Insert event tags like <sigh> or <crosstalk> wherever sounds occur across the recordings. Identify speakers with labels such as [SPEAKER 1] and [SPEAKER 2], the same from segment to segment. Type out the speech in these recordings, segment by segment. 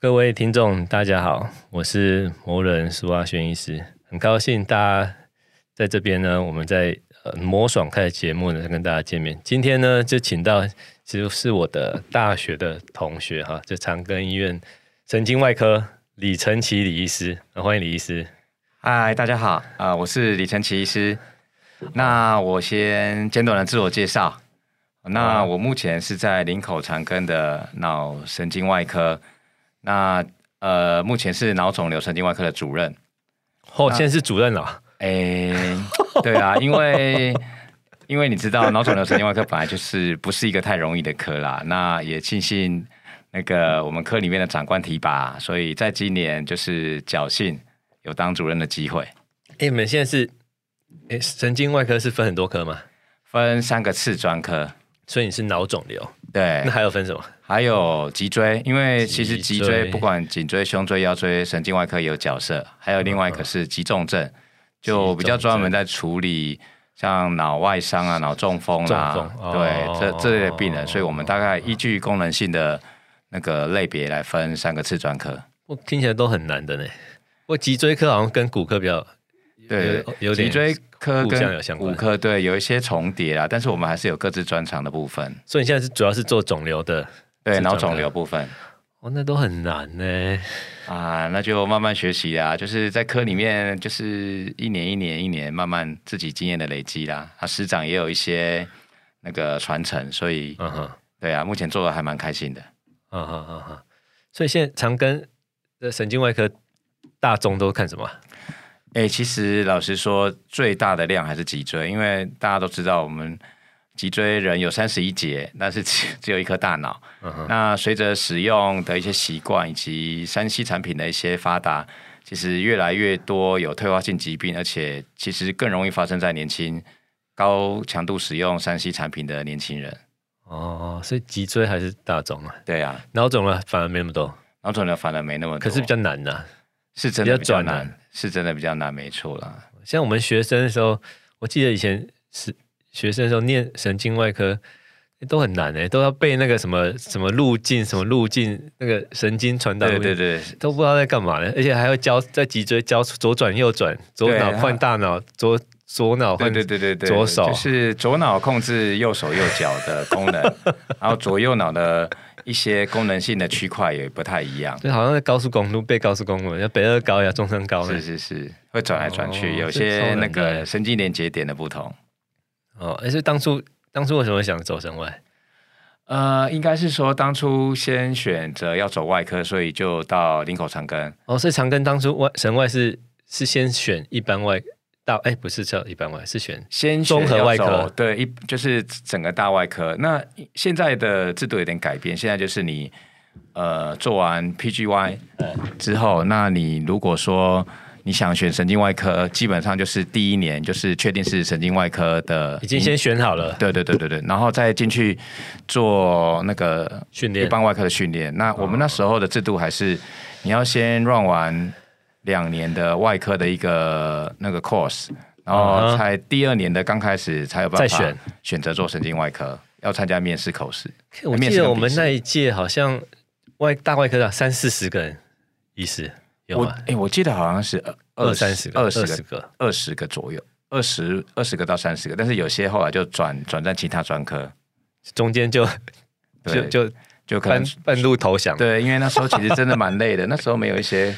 [SPEAKER 1] 各位听众，大家好，我是魔人苏阿轩医师，很高兴大家在这边呢，我们在呃魔爽开的节目呢跟大家见面。今天呢，就请到其实是我的大学的同学哈，就长庚医院神经外科李承奇李医师，呃欢迎李医师。
[SPEAKER 2] 嗨，大家好，啊、我是李晨奇医师。那我先简短的自我介绍。那我目前是在林口长庚的脑神经外科，那呃，目前是脑肿瘤神经外科的主任。
[SPEAKER 1] 哦，现在是主任了，
[SPEAKER 2] 诶， <laughs> 对啊，因为因为你知道，脑肿瘤神经外科本来就是不是一个太容易的科啦。那也庆幸那个我们科里面的长官提拔，所以在今年就是侥幸有当主任的机会。
[SPEAKER 1] 哎，你们现在是哎神经外科是分很多科嘛，
[SPEAKER 2] 分三个次专科，
[SPEAKER 1] 所以你是脑肿瘤，
[SPEAKER 2] 对
[SPEAKER 1] 那，还有分什么？
[SPEAKER 2] 还有脊椎，因为其实
[SPEAKER 1] 脊
[SPEAKER 2] 脊
[SPEAKER 1] 椎
[SPEAKER 2] 椎不管颈椎、胸椎、腰椎，神经外科也有角色，还有另外一个是脊重症，就比较专门在处理像脑外伤啊、脑中风啦、
[SPEAKER 1] 中风哦
[SPEAKER 2] 对这这类的病
[SPEAKER 1] 哦
[SPEAKER 2] 人，所以我们大概依据功能性的那个类别来分三个次专科。
[SPEAKER 1] 我听起来都很难的呢。我脊椎科好像跟骨科比较
[SPEAKER 2] 对
[SPEAKER 1] 有，有点
[SPEAKER 2] 脊椎科
[SPEAKER 1] 互相有
[SPEAKER 2] 跟
[SPEAKER 1] 相关
[SPEAKER 2] 骨科对有一些重叠啦，但是我们还是有各自专长的部分，
[SPEAKER 1] 所以你现在是主要是做肿瘤的，
[SPEAKER 2] 对
[SPEAKER 1] 是
[SPEAKER 2] 脑
[SPEAKER 1] 专科
[SPEAKER 2] 肿瘤部分。
[SPEAKER 1] 哦，那都很难呢。
[SPEAKER 2] 啊，那就慢慢学习啦，就是在科里面，就是一年一年一年，慢慢自己经验的累积啦。啊，师长也有一些那个传承，所以
[SPEAKER 1] 嗯哼，
[SPEAKER 2] 对啊，目前做的还蛮开心的。
[SPEAKER 1] 嗯哼嗯哼。所以现在长庚的神经外科大众都看什么啊？
[SPEAKER 2] 哎、其实老实说，最大的量还是脊椎，因为大家都知道我们脊椎人有三十一节，但是只只有一颗大脑。
[SPEAKER 1] 嗯哼
[SPEAKER 2] 那随着使用的一些习惯以及三 C 产品的一些发达，其实越来越多有退化性疾病，而且其实更容易发生在年轻高强度使用三 C 产品的年轻人。
[SPEAKER 1] 哦，所以脊椎还是大众啊，
[SPEAKER 2] 对啊，
[SPEAKER 1] 脑肿瘤反而没那么多，
[SPEAKER 2] 脑肿瘤反而没那么多，
[SPEAKER 1] 可是比较难呐、
[SPEAKER 2] 是真的
[SPEAKER 1] 比
[SPEAKER 2] 比
[SPEAKER 1] 较
[SPEAKER 2] 较
[SPEAKER 1] 转啊
[SPEAKER 2] 难，是真的比较难，没错啦。
[SPEAKER 1] 像我们学生的时候，我记得以前是学生的时候念神经外科。欸都很难诶、都要背那个什么什么路径、什么路径，那个神经传导路
[SPEAKER 2] 对
[SPEAKER 1] 径，
[SPEAKER 2] 对对，
[SPEAKER 1] 都不知道在干嘛呢，而且还要教在脊椎教左转右转，左
[SPEAKER 2] 对
[SPEAKER 1] 脑
[SPEAKER 2] 他
[SPEAKER 1] 换大脑，左左脑
[SPEAKER 2] 对
[SPEAKER 1] 换
[SPEAKER 2] 对对对对，
[SPEAKER 1] 左手
[SPEAKER 2] 就是左脑控制右手右脚的功 <laughs> 能，然后左右脑的一些功能性的区块也不太一样。
[SPEAKER 1] 就好像在高速公路背高速公路，像北二高呀、中山高
[SPEAKER 2] 是
[SPEAKER 1] 呢。
[SPEAKER 2] 是是，会转来转去，
[SPEAKER 1] 哦
[SPEAKER 2] 有
[SPEAKER 1] 这超
[SPEAKER 2] 些
[SPEAKER 1] 难
[SPEAKER 2] 那
[SPEAKER 1] 的欸
[SPEAKER 2] 个神经连接点的不同。
[SPEAKER 1] 哦，而且当初当初为什么想走神外？
[SPEAKER 2] 呃，应该是说当初先选择要走外科，所以就到林口长庚。
[SPEAKER 1] 哦，所以长庚当初外神外是是先选一般外大，哎，不是叫一般外，是选
[SPEAKER 2] 先选
[SPEAKER 1] 综合外科
[SPEAKER 2] 要走对一就是整个大外科。那现在的制度有点改变，现在就是你呃做完 PGY 之后，那你如果说你想选神经外科，基本上就是第一年就是确定是神经外科的，
[SPEAKER 1] 已经先选好了
[SPEAKER 2] 嗯对对对对对，然后再进去做那个
[SPEAKER 1] 训
[SPEAKER 2] 一
[SPEAKER 1] 练。哦
[SPEAKER 2] 般外科的训练。那我们那时候的制度还是你要先 run 完两年的外科的一个那个 course，然
[SPEAKER 1] 嗯
[SPEAKER 2] 后
[SPEAKER 1] 哼
[SPEAKER 2] 才第二年的刚开始才有办
[SPEAKER 1] 再
[SPEAKER 2] 法
[SPEAKER 1] 选
[SPEAKER 2] 选择做神经外科，要参加面试口试。
[SPEAKER 1] 我
[SPEAKER 2] 面
[SPEAKER 1] 记
[SPEAKER 2] 试
[SPEAKER 1] 得
[SPEAKER 2] 跟
[SPEAKER 1] 我们
[SPEAKER 2] 笔试
[SPEAKER 1] 那一届好像外大外科的三四十个人医师有
[SPEAKER 2] 我
[SPEAKER 1] 吗？
[SPEAKER 2] 哎、我记得好像是二
[SPEAKER 1] 二三十个，
[SPEAKER 2] 二
[SPEAKER 1] 二
[SPEAKER 2] 十
[SPEAKER 1] 十
[SPEAKER 2] 个
[SPEAKER 1] 个。
[SPEAKER 2] 二十个左右。二十二十个到三十个，但是有些后来就转转战其他专科，
[SPEAKER 1] 中间就就
[SPEAKER 2] 对，就
[SPEAKER 1] 就
[SPEAKER 2] 就可
[SPEAKER 1] 半
[SPEAKER 2] 能
[SPEAKER 1] 半路投降，
[SPEAKER 2] 对，因为那时候其实真的蛮累的，那时候没有一些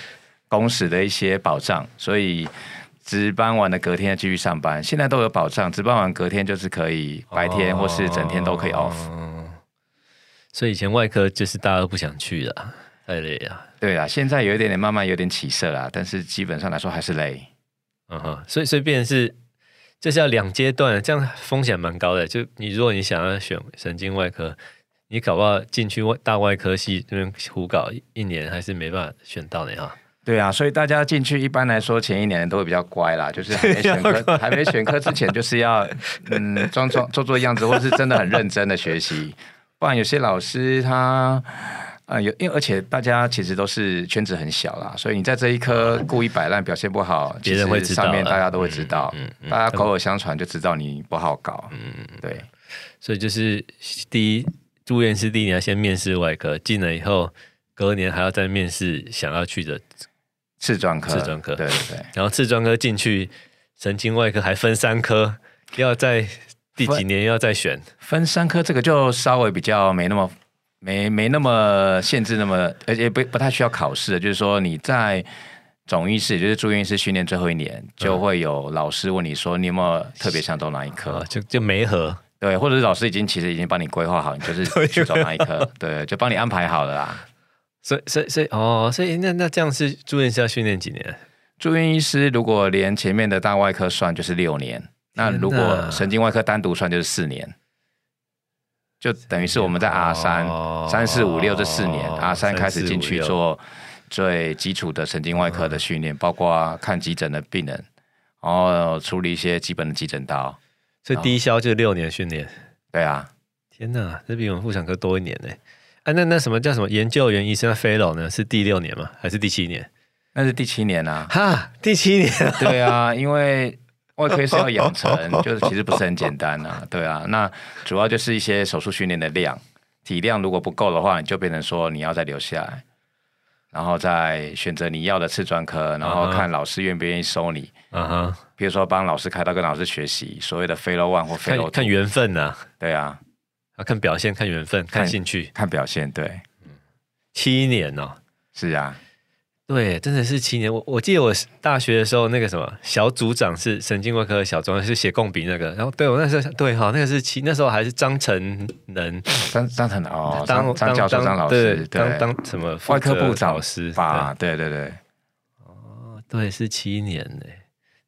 [SPEAKER 2] 工时的一些保障，所以值班完了隔天要继续上班。现在都有保障，值班完隔天就是可以白天或是整天都可以 off。
[SPEAKER 1] 哦所以以前外科就是大家都不想去的啊，太累了。
[SPEAKER 2] 对啦，现在有一点点慢慢有点起色啦，但是基本上来说还是累。
[SPEAKER 1] 嗯哼，所以所以变成是就是要两阶段，这样风险蛮高的。就你如果你想要选神经外科，你搞不好进去外大外科系这边胡搞一一年，还是没办法选到你哈。
[SPEAKER 2] 对啊，所以大家进去一般来说前一年都会比较乖啦，就是
[SPEAKER 1] <laughs>
[SPEAKER 2] 还没选科，还没选科之前就是要嗯装装做做样子，或是真的很认真的
[SPEAKER 1] <laughs>
[SPEAKER 2] 学习，不然有些老师他啊、呃有因为而且大家其实都是圈子很小啦，所以你在这一科故意摆烂表现不好，
[SPEAKER 1] 别人会
[SPEAKER 2] 其
[SPEAKER 1] 知
[SPEAKER 2] 实
[SPEAKER 1] 道
[SPEAKER 2] 上面
[SPEAKER 1] 啦
[SPEAKER 2] 大家都会知道，
[SPEAKER 1] 嗯嗯
[SPEAKER 2] 大家口耳相传就知道你不好搞，嗯，对。
[SPEAKER 1] 所以就是第一住院是第一，你要先面试外科，进了以后隔年还要再面试想要去的，
[SPEAKER 2] 次专科，
[SPEAKER 1] 次专科
[SPEAKER 2] 对对对，
[SPEAKER 1] 然后次专科进去，神经外科还分三科，要在第几年要再选，
[SPEAKER 2] 分三科这个就稍微比较没那么没没那么限制那么，而且不不太需要考试的，就是说你在。总医师，也就是住院医师训练最后一年，就会有老师问你说你有没有特别想走哪一科？
[SPEAKER 1] 呃，就就没合。
[SPEAKER 2] 对，或者是老师已经其实已经帮你规划好，你就是去走哪一科，对，就帮你安排好了啦。
[SPEAKER 1] 所以所以所以哦，所以那那这样是住院是要训练几年？
[SPEAKER 2] 住院医师如果连前面的大外科算就是六年，那如果神经外科单独算就是四年，就等于是我们在 R 三
[SPEAKER 1] 哦
[SPEAKER 2] 三四五六这四年，R 哦三开始进去
[SPEAKER 1] 3-4-5-6
[SPEAKER 2] 做最基础的神经外科的训练，包括看急诊的病人，然后处理一些基本的急诊刀。啊
[SPEAKER 1] 所以低消就是六年训练。
[SPEAKER 2] 对啊，
[SPEAKER 1] 天哪，这比我们妇产科多一年呢。啊，那那什么叫什么研究员医生 fellow 呢？是第六年吗？还是第七年？。
[SPEAKER 2] 那是第七年啊 <laughs>
[SPEAKER 1] 哈，第七年。
[SPEAKER 2] 对啊，因为外科是要养成， <laughs> 就是其实不是很简单啊。对啊，那主要就是一些手术训练的量，体量如果不够的话，你就变成说你要再留下来，然后再选择你要的次专科，然后看老师愿不愿意收你。
[SPEAKER 1] 啊哈，
[SPEAKER 2] 比如说帮老师开刀，跟老师学习所谓的 fellow one 或
[SPEAKER 1] 看
[SPEAKER 2] fellow two，
[SPEAKER 1] 看缘分呐、
[SPEAKER 2] 对啊，
[SPEAKER 1] 啊，看表现，看缘分，看
[SPEAKER 2] 看
[SPEAKER 1] 兴趣。
[SPEAKER 2] 看表现，对，
[SPEAKER 1] 七年哦，
[SPEAKER 2] 是啊，
[SPEAKER 1] 对，真的是七年。我我记得我大学的时候，那个什么小组长是神经外科的小庄，是写共笔那个。然后对我那时候想对哈，那个是七，那时候还是张成能
[SPEAKER 2] 张张成哦，
[SPEAKER 1] 当
[SPEAKER 2] 张张教授、
[SPEAKER 1] 当
[SPEAKER 2] 张老师，
[SPEAKER 1] 对
[SPEAKER 2] 对，
[SPEAKER 1] 当当什么负
[SPEAKER 2] 外科
[SPEAKER 1] 责
[SPEAKER 2] 部长
[SPEAKER 1] 老师
[SPEAKER 2] 吧，对对对，
[SPEAKER 1] 对，对是七年呢，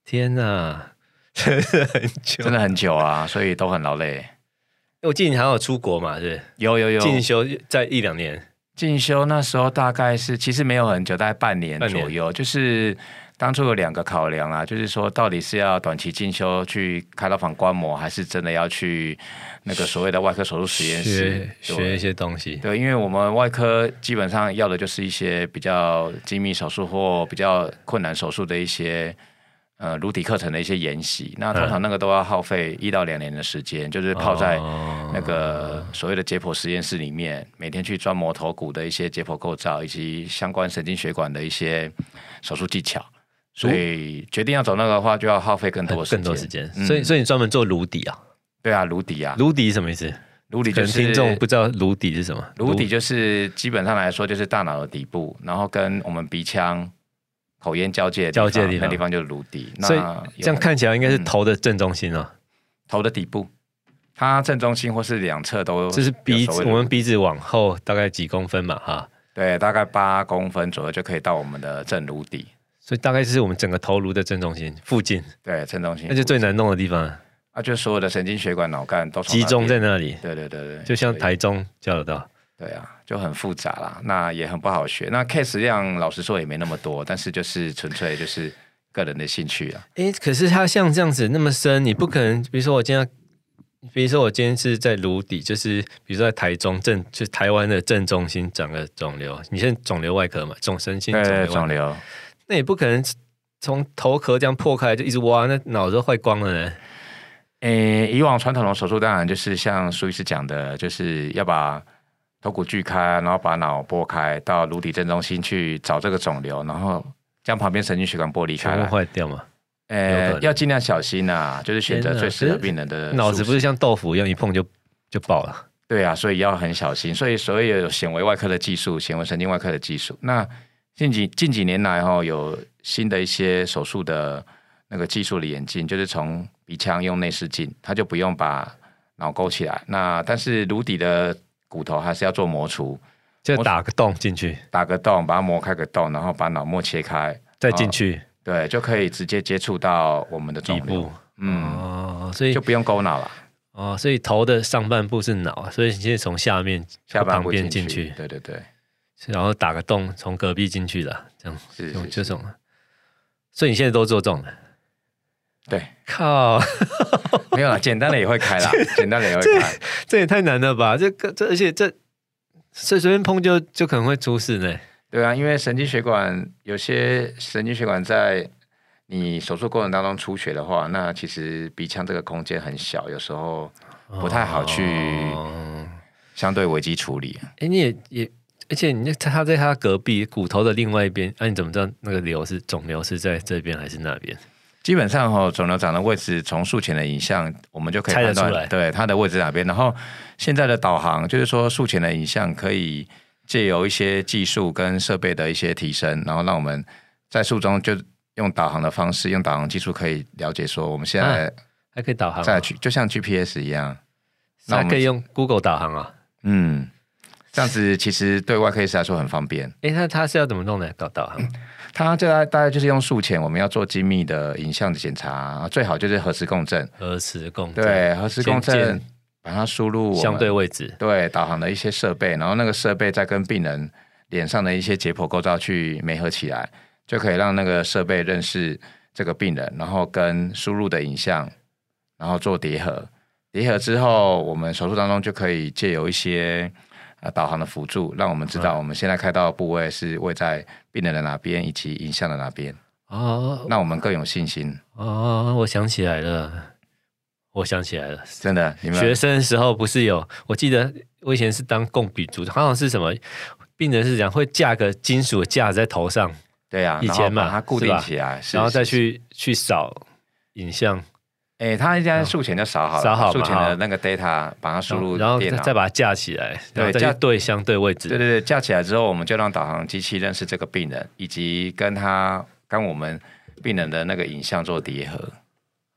[SPEAKER 1] 天哪，真的很久
[SPEAKER 2] 真。的很久啊，所以都很劳累。
[SPEAKER 1] 我记得你好像有出国嘛，是
[SPEAKER 2] 有有有，
[SPEAKER 1] 进修在一两年，
[SPEAKER 2] 进修那时候大概是其实没有很久，大概半年
[SPEAKER 1] 半年
[SPEAKER 2] 左右。就是当初有两个考量啦，就是说到底是要短期进修去开刀房观摩，还是真的要去那个所谓的外科手术实验室
[SPEAKER 1] 学
[SPEAKER 2] 对
[SPEAKER 1] 学一些东西。
[SPEAKER 2] 对，因为我们外科基本上要的就是一些比较精密手术或比较困难手术的一些呃颅底课程的一些研习。那通常那个都要耗费一到两年的时间，就是泡在
[SPEAKER 1] 嗯哦
[SPEAKER 2] 那个所谓的解剖实验室里面，每天去装模头骨的一些解剖构造以及相关神经血管的一些手术技巧。所以决定要走那个的话，就要耗费更多的时间。
[SPEAKER 1] 更多时间，
[SPEAKER 2] 嗯
[SPEAKER 1] 所以所以你专门做颅底啊？
[SPEAKER 2] 对啊，颅底啊，
[SPEAKER 1] 颅底是什么意思？
[SPEAKER 2] 颅底
[SPEAKER 1] 可
[SPEAKER 2] 就
[SPEAKER 1] 能
[SPEAKER 2] 是
[SPEAKER 1] 听众不知道颅底是什么。
[SPEAKER 2] 颅底就是基本上来说就是大脑的底部，然后跟我们鼻腔、口咽交界的地方
[SPEAKER 1] 交界的地方
[SPEAKER 2] 那地方就是颅底。那
[SPEAKER 1] 所以
[SPEAKER 2] 有
[SPEAKER 1] 这样看起来应该是头的正中心哦，
[SPEAKER 2] 头的底部，它正中心或是两侧都
[SPEAKER 1] 就是鼻
[SPEAKER 2] 有所
[SPEAKER 1] 子，
[SPEAKER 2] 谓的
[SPEAKER 1] 我们鼻子往后大概几公分嘛，哈，
[SPEAKER 2] 对大概八公分左右就可以到我们的正颅底，
[SPEAKER 1] 所以大概是我们整个头颅的正中心附近，
[SPEAKER 2] 对正中心，
[SPEAKER 1] 那就最难弄的地方，
[SPEAKER 2] 啊，就所有的神经血管、脑干都从
[SPEAKER 1] 集
[SPEAKER 2] 那
[SPEAKER 1] 中在
[SPEAKER 2] 边。
[SPEAKER 1] 那里，
[SPEAKER 2] 对对对对，
[SPEAKER 1] 就像
[SPEAKER 2] 所以
[SPEAKER 1] 台中交流道。
[SPEAKER 2] 对啊，就很复杂啦，那也很不好学。那 case 量老实说也没那么多，但是就是纯粹就是个人的兴趣啊。
[SPEAKER 1] 诶，哎可是它像这样子那么深，你不可能，比如说我今天要，比如说我今天是在颅底，就是比如说在台中正，就是台湾的正中心长个肿瘤，你现在肿瘤外科嘛，肿神经肿瘤
[SPEAKER 2] 对
[SPEAKER 1] 外科
[SPEAKER 2] 肿瘤，
[SPEAKER 1] 那也不可能从头壳这样破开就一直挖，那脑子都坏光了呢。
[SPEAKER 2] 诶、以往传统的手术当然就是像苏医师讲的，就是要把头骨锯开，然后把脑拨开，到颅底正中心去找这个肿瘤，然后将旁边神经血管剥离开
[SPEAKER 1] 全部
[SPEAKER 2] 来。
[SPEAKER 1] 坏掉嘛，有可
[SPEAKER 2] 诶、
[SPEAKER 1] 能
[SPEAKER 2] 要尽量小心呐、就是选择
[SPEAKER 1] 天哪
[SPEAKER 2] 最适合病人的
[SPEAKER 1] 脑子
[SPEAKER 2] 术
[SPEAKER 1] 不是像豆腐一样一碰就就爆了。
[SPEAKER 2] 对啊，所以要很小心。所以所以有显微外科的技术，显微神经外科的技术。那近几近几年来哈、哦，有新的一些手术的那个技术的演进，就是从鼻腔用内视镜，它就不用把脑勾起来。那但是颅底的骨头还是要做磨除，
[SPEAKER 1] 就打个洞进去，
[SPEAKER 2] 打个洞，把它磨开个洞，然后把脑膜切开，
[SPEAKER 1] 再进去
[SPEAKER 2] 对，就可以直接接触到我们的
[SPEAKER 1] 底
[SPEAKER 2] 肿瘤
[SPEAKER 1] 部，，
[SPEAKER 2] 嗯，
[SPEAKER 1] 哦，所以
[SPEAKER 2] 就不用勾脑了，
[SPEAKER 1] 哦，所以头的上半部是脑，所以你现在从下面
[SPEAKER 2] 下半
[SPEAKER 1] 旁
[SPEAKER 2] 部
[SPEAKER 1] 边进
[SPEAKER 2] 进
[SPEAKER 1] 去，
[SPEAKER 2] 对对对，
[SPEAKER 1] 然后打个洞从隔壁进去的，这样
[SPEAKER 2] 是
[SPEAKER 1] 就是这
[SPEAKER 2] 是，
[SPEAKER 1] 种。所以你现在都做中了，
[SPEAKER 2] 对，
[SPEAKER 1] 靠， <laughs>
[SPEAKER 2] 没有啦，简单的也会开啦，简单的也会开。
[SPEAKER 1] 这也太难了吧？这个这而且这这随便碰就就可能会出事呢。
[SPEAKER 2] 对啊，因为神经血管有些神经血管在你手术过程当中出血的话，那其实鼻腔这个空间很小，有时候不太好去
[SPEAKER 1] 哦
[SPEAKER 2] 相对危机处理。
[SPEAKER 1] 哎，你也也而且你他在他隔壁骨头的另外一边，那、啊你怎么知道那个瘤是肿瘤是在这边还是那边？
[SPEAKER 2] 基本上哈、哦，肿瘤长的位置从术前的影像，我们就可以
[SPEAKER 1] 猜得
[SPEAKER 2] 判断
[SPEAKER 1] 出来
[SPEAKER 2] 对它的位置哪边。然后现在的导航就是说，术前的影像可以借由一些技术跟设备的一些提升，然后让我们在术中就用导航的方式，用导航技术可以了解说我们现在
[SPEAKER 1] 还可以导航、
[SPEAKER 2] 在
[SPEAKER 1] 哦，
[SPEAKER 2] 去、就像 GPS 一样，那我
[SPEAKER 1] 还
[SPEAKER 2] 们
[SPEAKER 1] 可以用 Google 导航啊、
[SPEAKER 2] 嗯，这样子其实对外科医师来说很方便。
[SPEAKER 1] 诶，那他是要怎么弄呢？搞导航？
[SPEAKER 2] 它这大大概就是用术前我们要做精密的影像的检查，最好就是核磁共振。
[SPEAKER 1] 核磁共振，
[SPEAKER 2] 对，核磁
[SPEAKER 1] 先
[SPEAKER 2] 共振
[SPEAKER 1] 见
[SPEAKER 2] 把它输入我们
[SPEAKER 1] 相对位置，
[SPEAKER 2] 对导航的一些设备，然后那个设备再跟病人脸上的一些解剖构造去媒合起来，就可以让那个设备认识这个病人，然后跟输入的影像，然后做叠合。叠合之后，我们手术当中就可以借由一些呃导航的辅助，让我们知道
[SPEAKER 1] 嗯
[SPEAKER 2] 我们现在开到的部位是位在病人的哪边以及影像的哪边，
[SPEAKER 1] 哦
[SPEAKER 2] 那我们更有信心。
[SPEAKER 1] 哦，我想起来了，我想起来了，
[SPEAKER 2] 真的，你们
[SPEAKER 1] 学生的时候不是有？我记得我以前是当供笔组，好像是什么病人是讲会架个金属的架子在头上，
[SPEAKER 2] 对啊，
[SPEAKER 1] 以
[SPEAKER 2] 然后
[SPEAKER 1] 前嘛
[SPEAKER 2] 把它固
[SPEAKER 1] 是
[SPEAKER 2] 定
[SPEAKER 1] 吧
[SPEAKER 2] 起来，是
[SPEAKER 1] 然后再
[SPEAKER 2] 是
[SPEAKER 1] 去去扫影像，
[SPEAKER 2] 哎、他现在术前就扫好了，
[SPEAKER 1] 嗯扫好嘛嗯
[SPEAKER 2] 术前的那个 data 把它输入
[SPEAKER 1] 哦然后
[SPEAKER 2] 电脑，
[SPEAKER 1] 再把它架起来，然后
[SPEAKER 2] 对
[SPEAKER 1] 再
[SPEAKER 2] 架
[SPEAKER 1] 去对相对位置。
[SPEAKER 2] 对对对，架起来之后，我们就让导航机器认识这个病人，以及跟他跟我们病人的那个影像做叠合，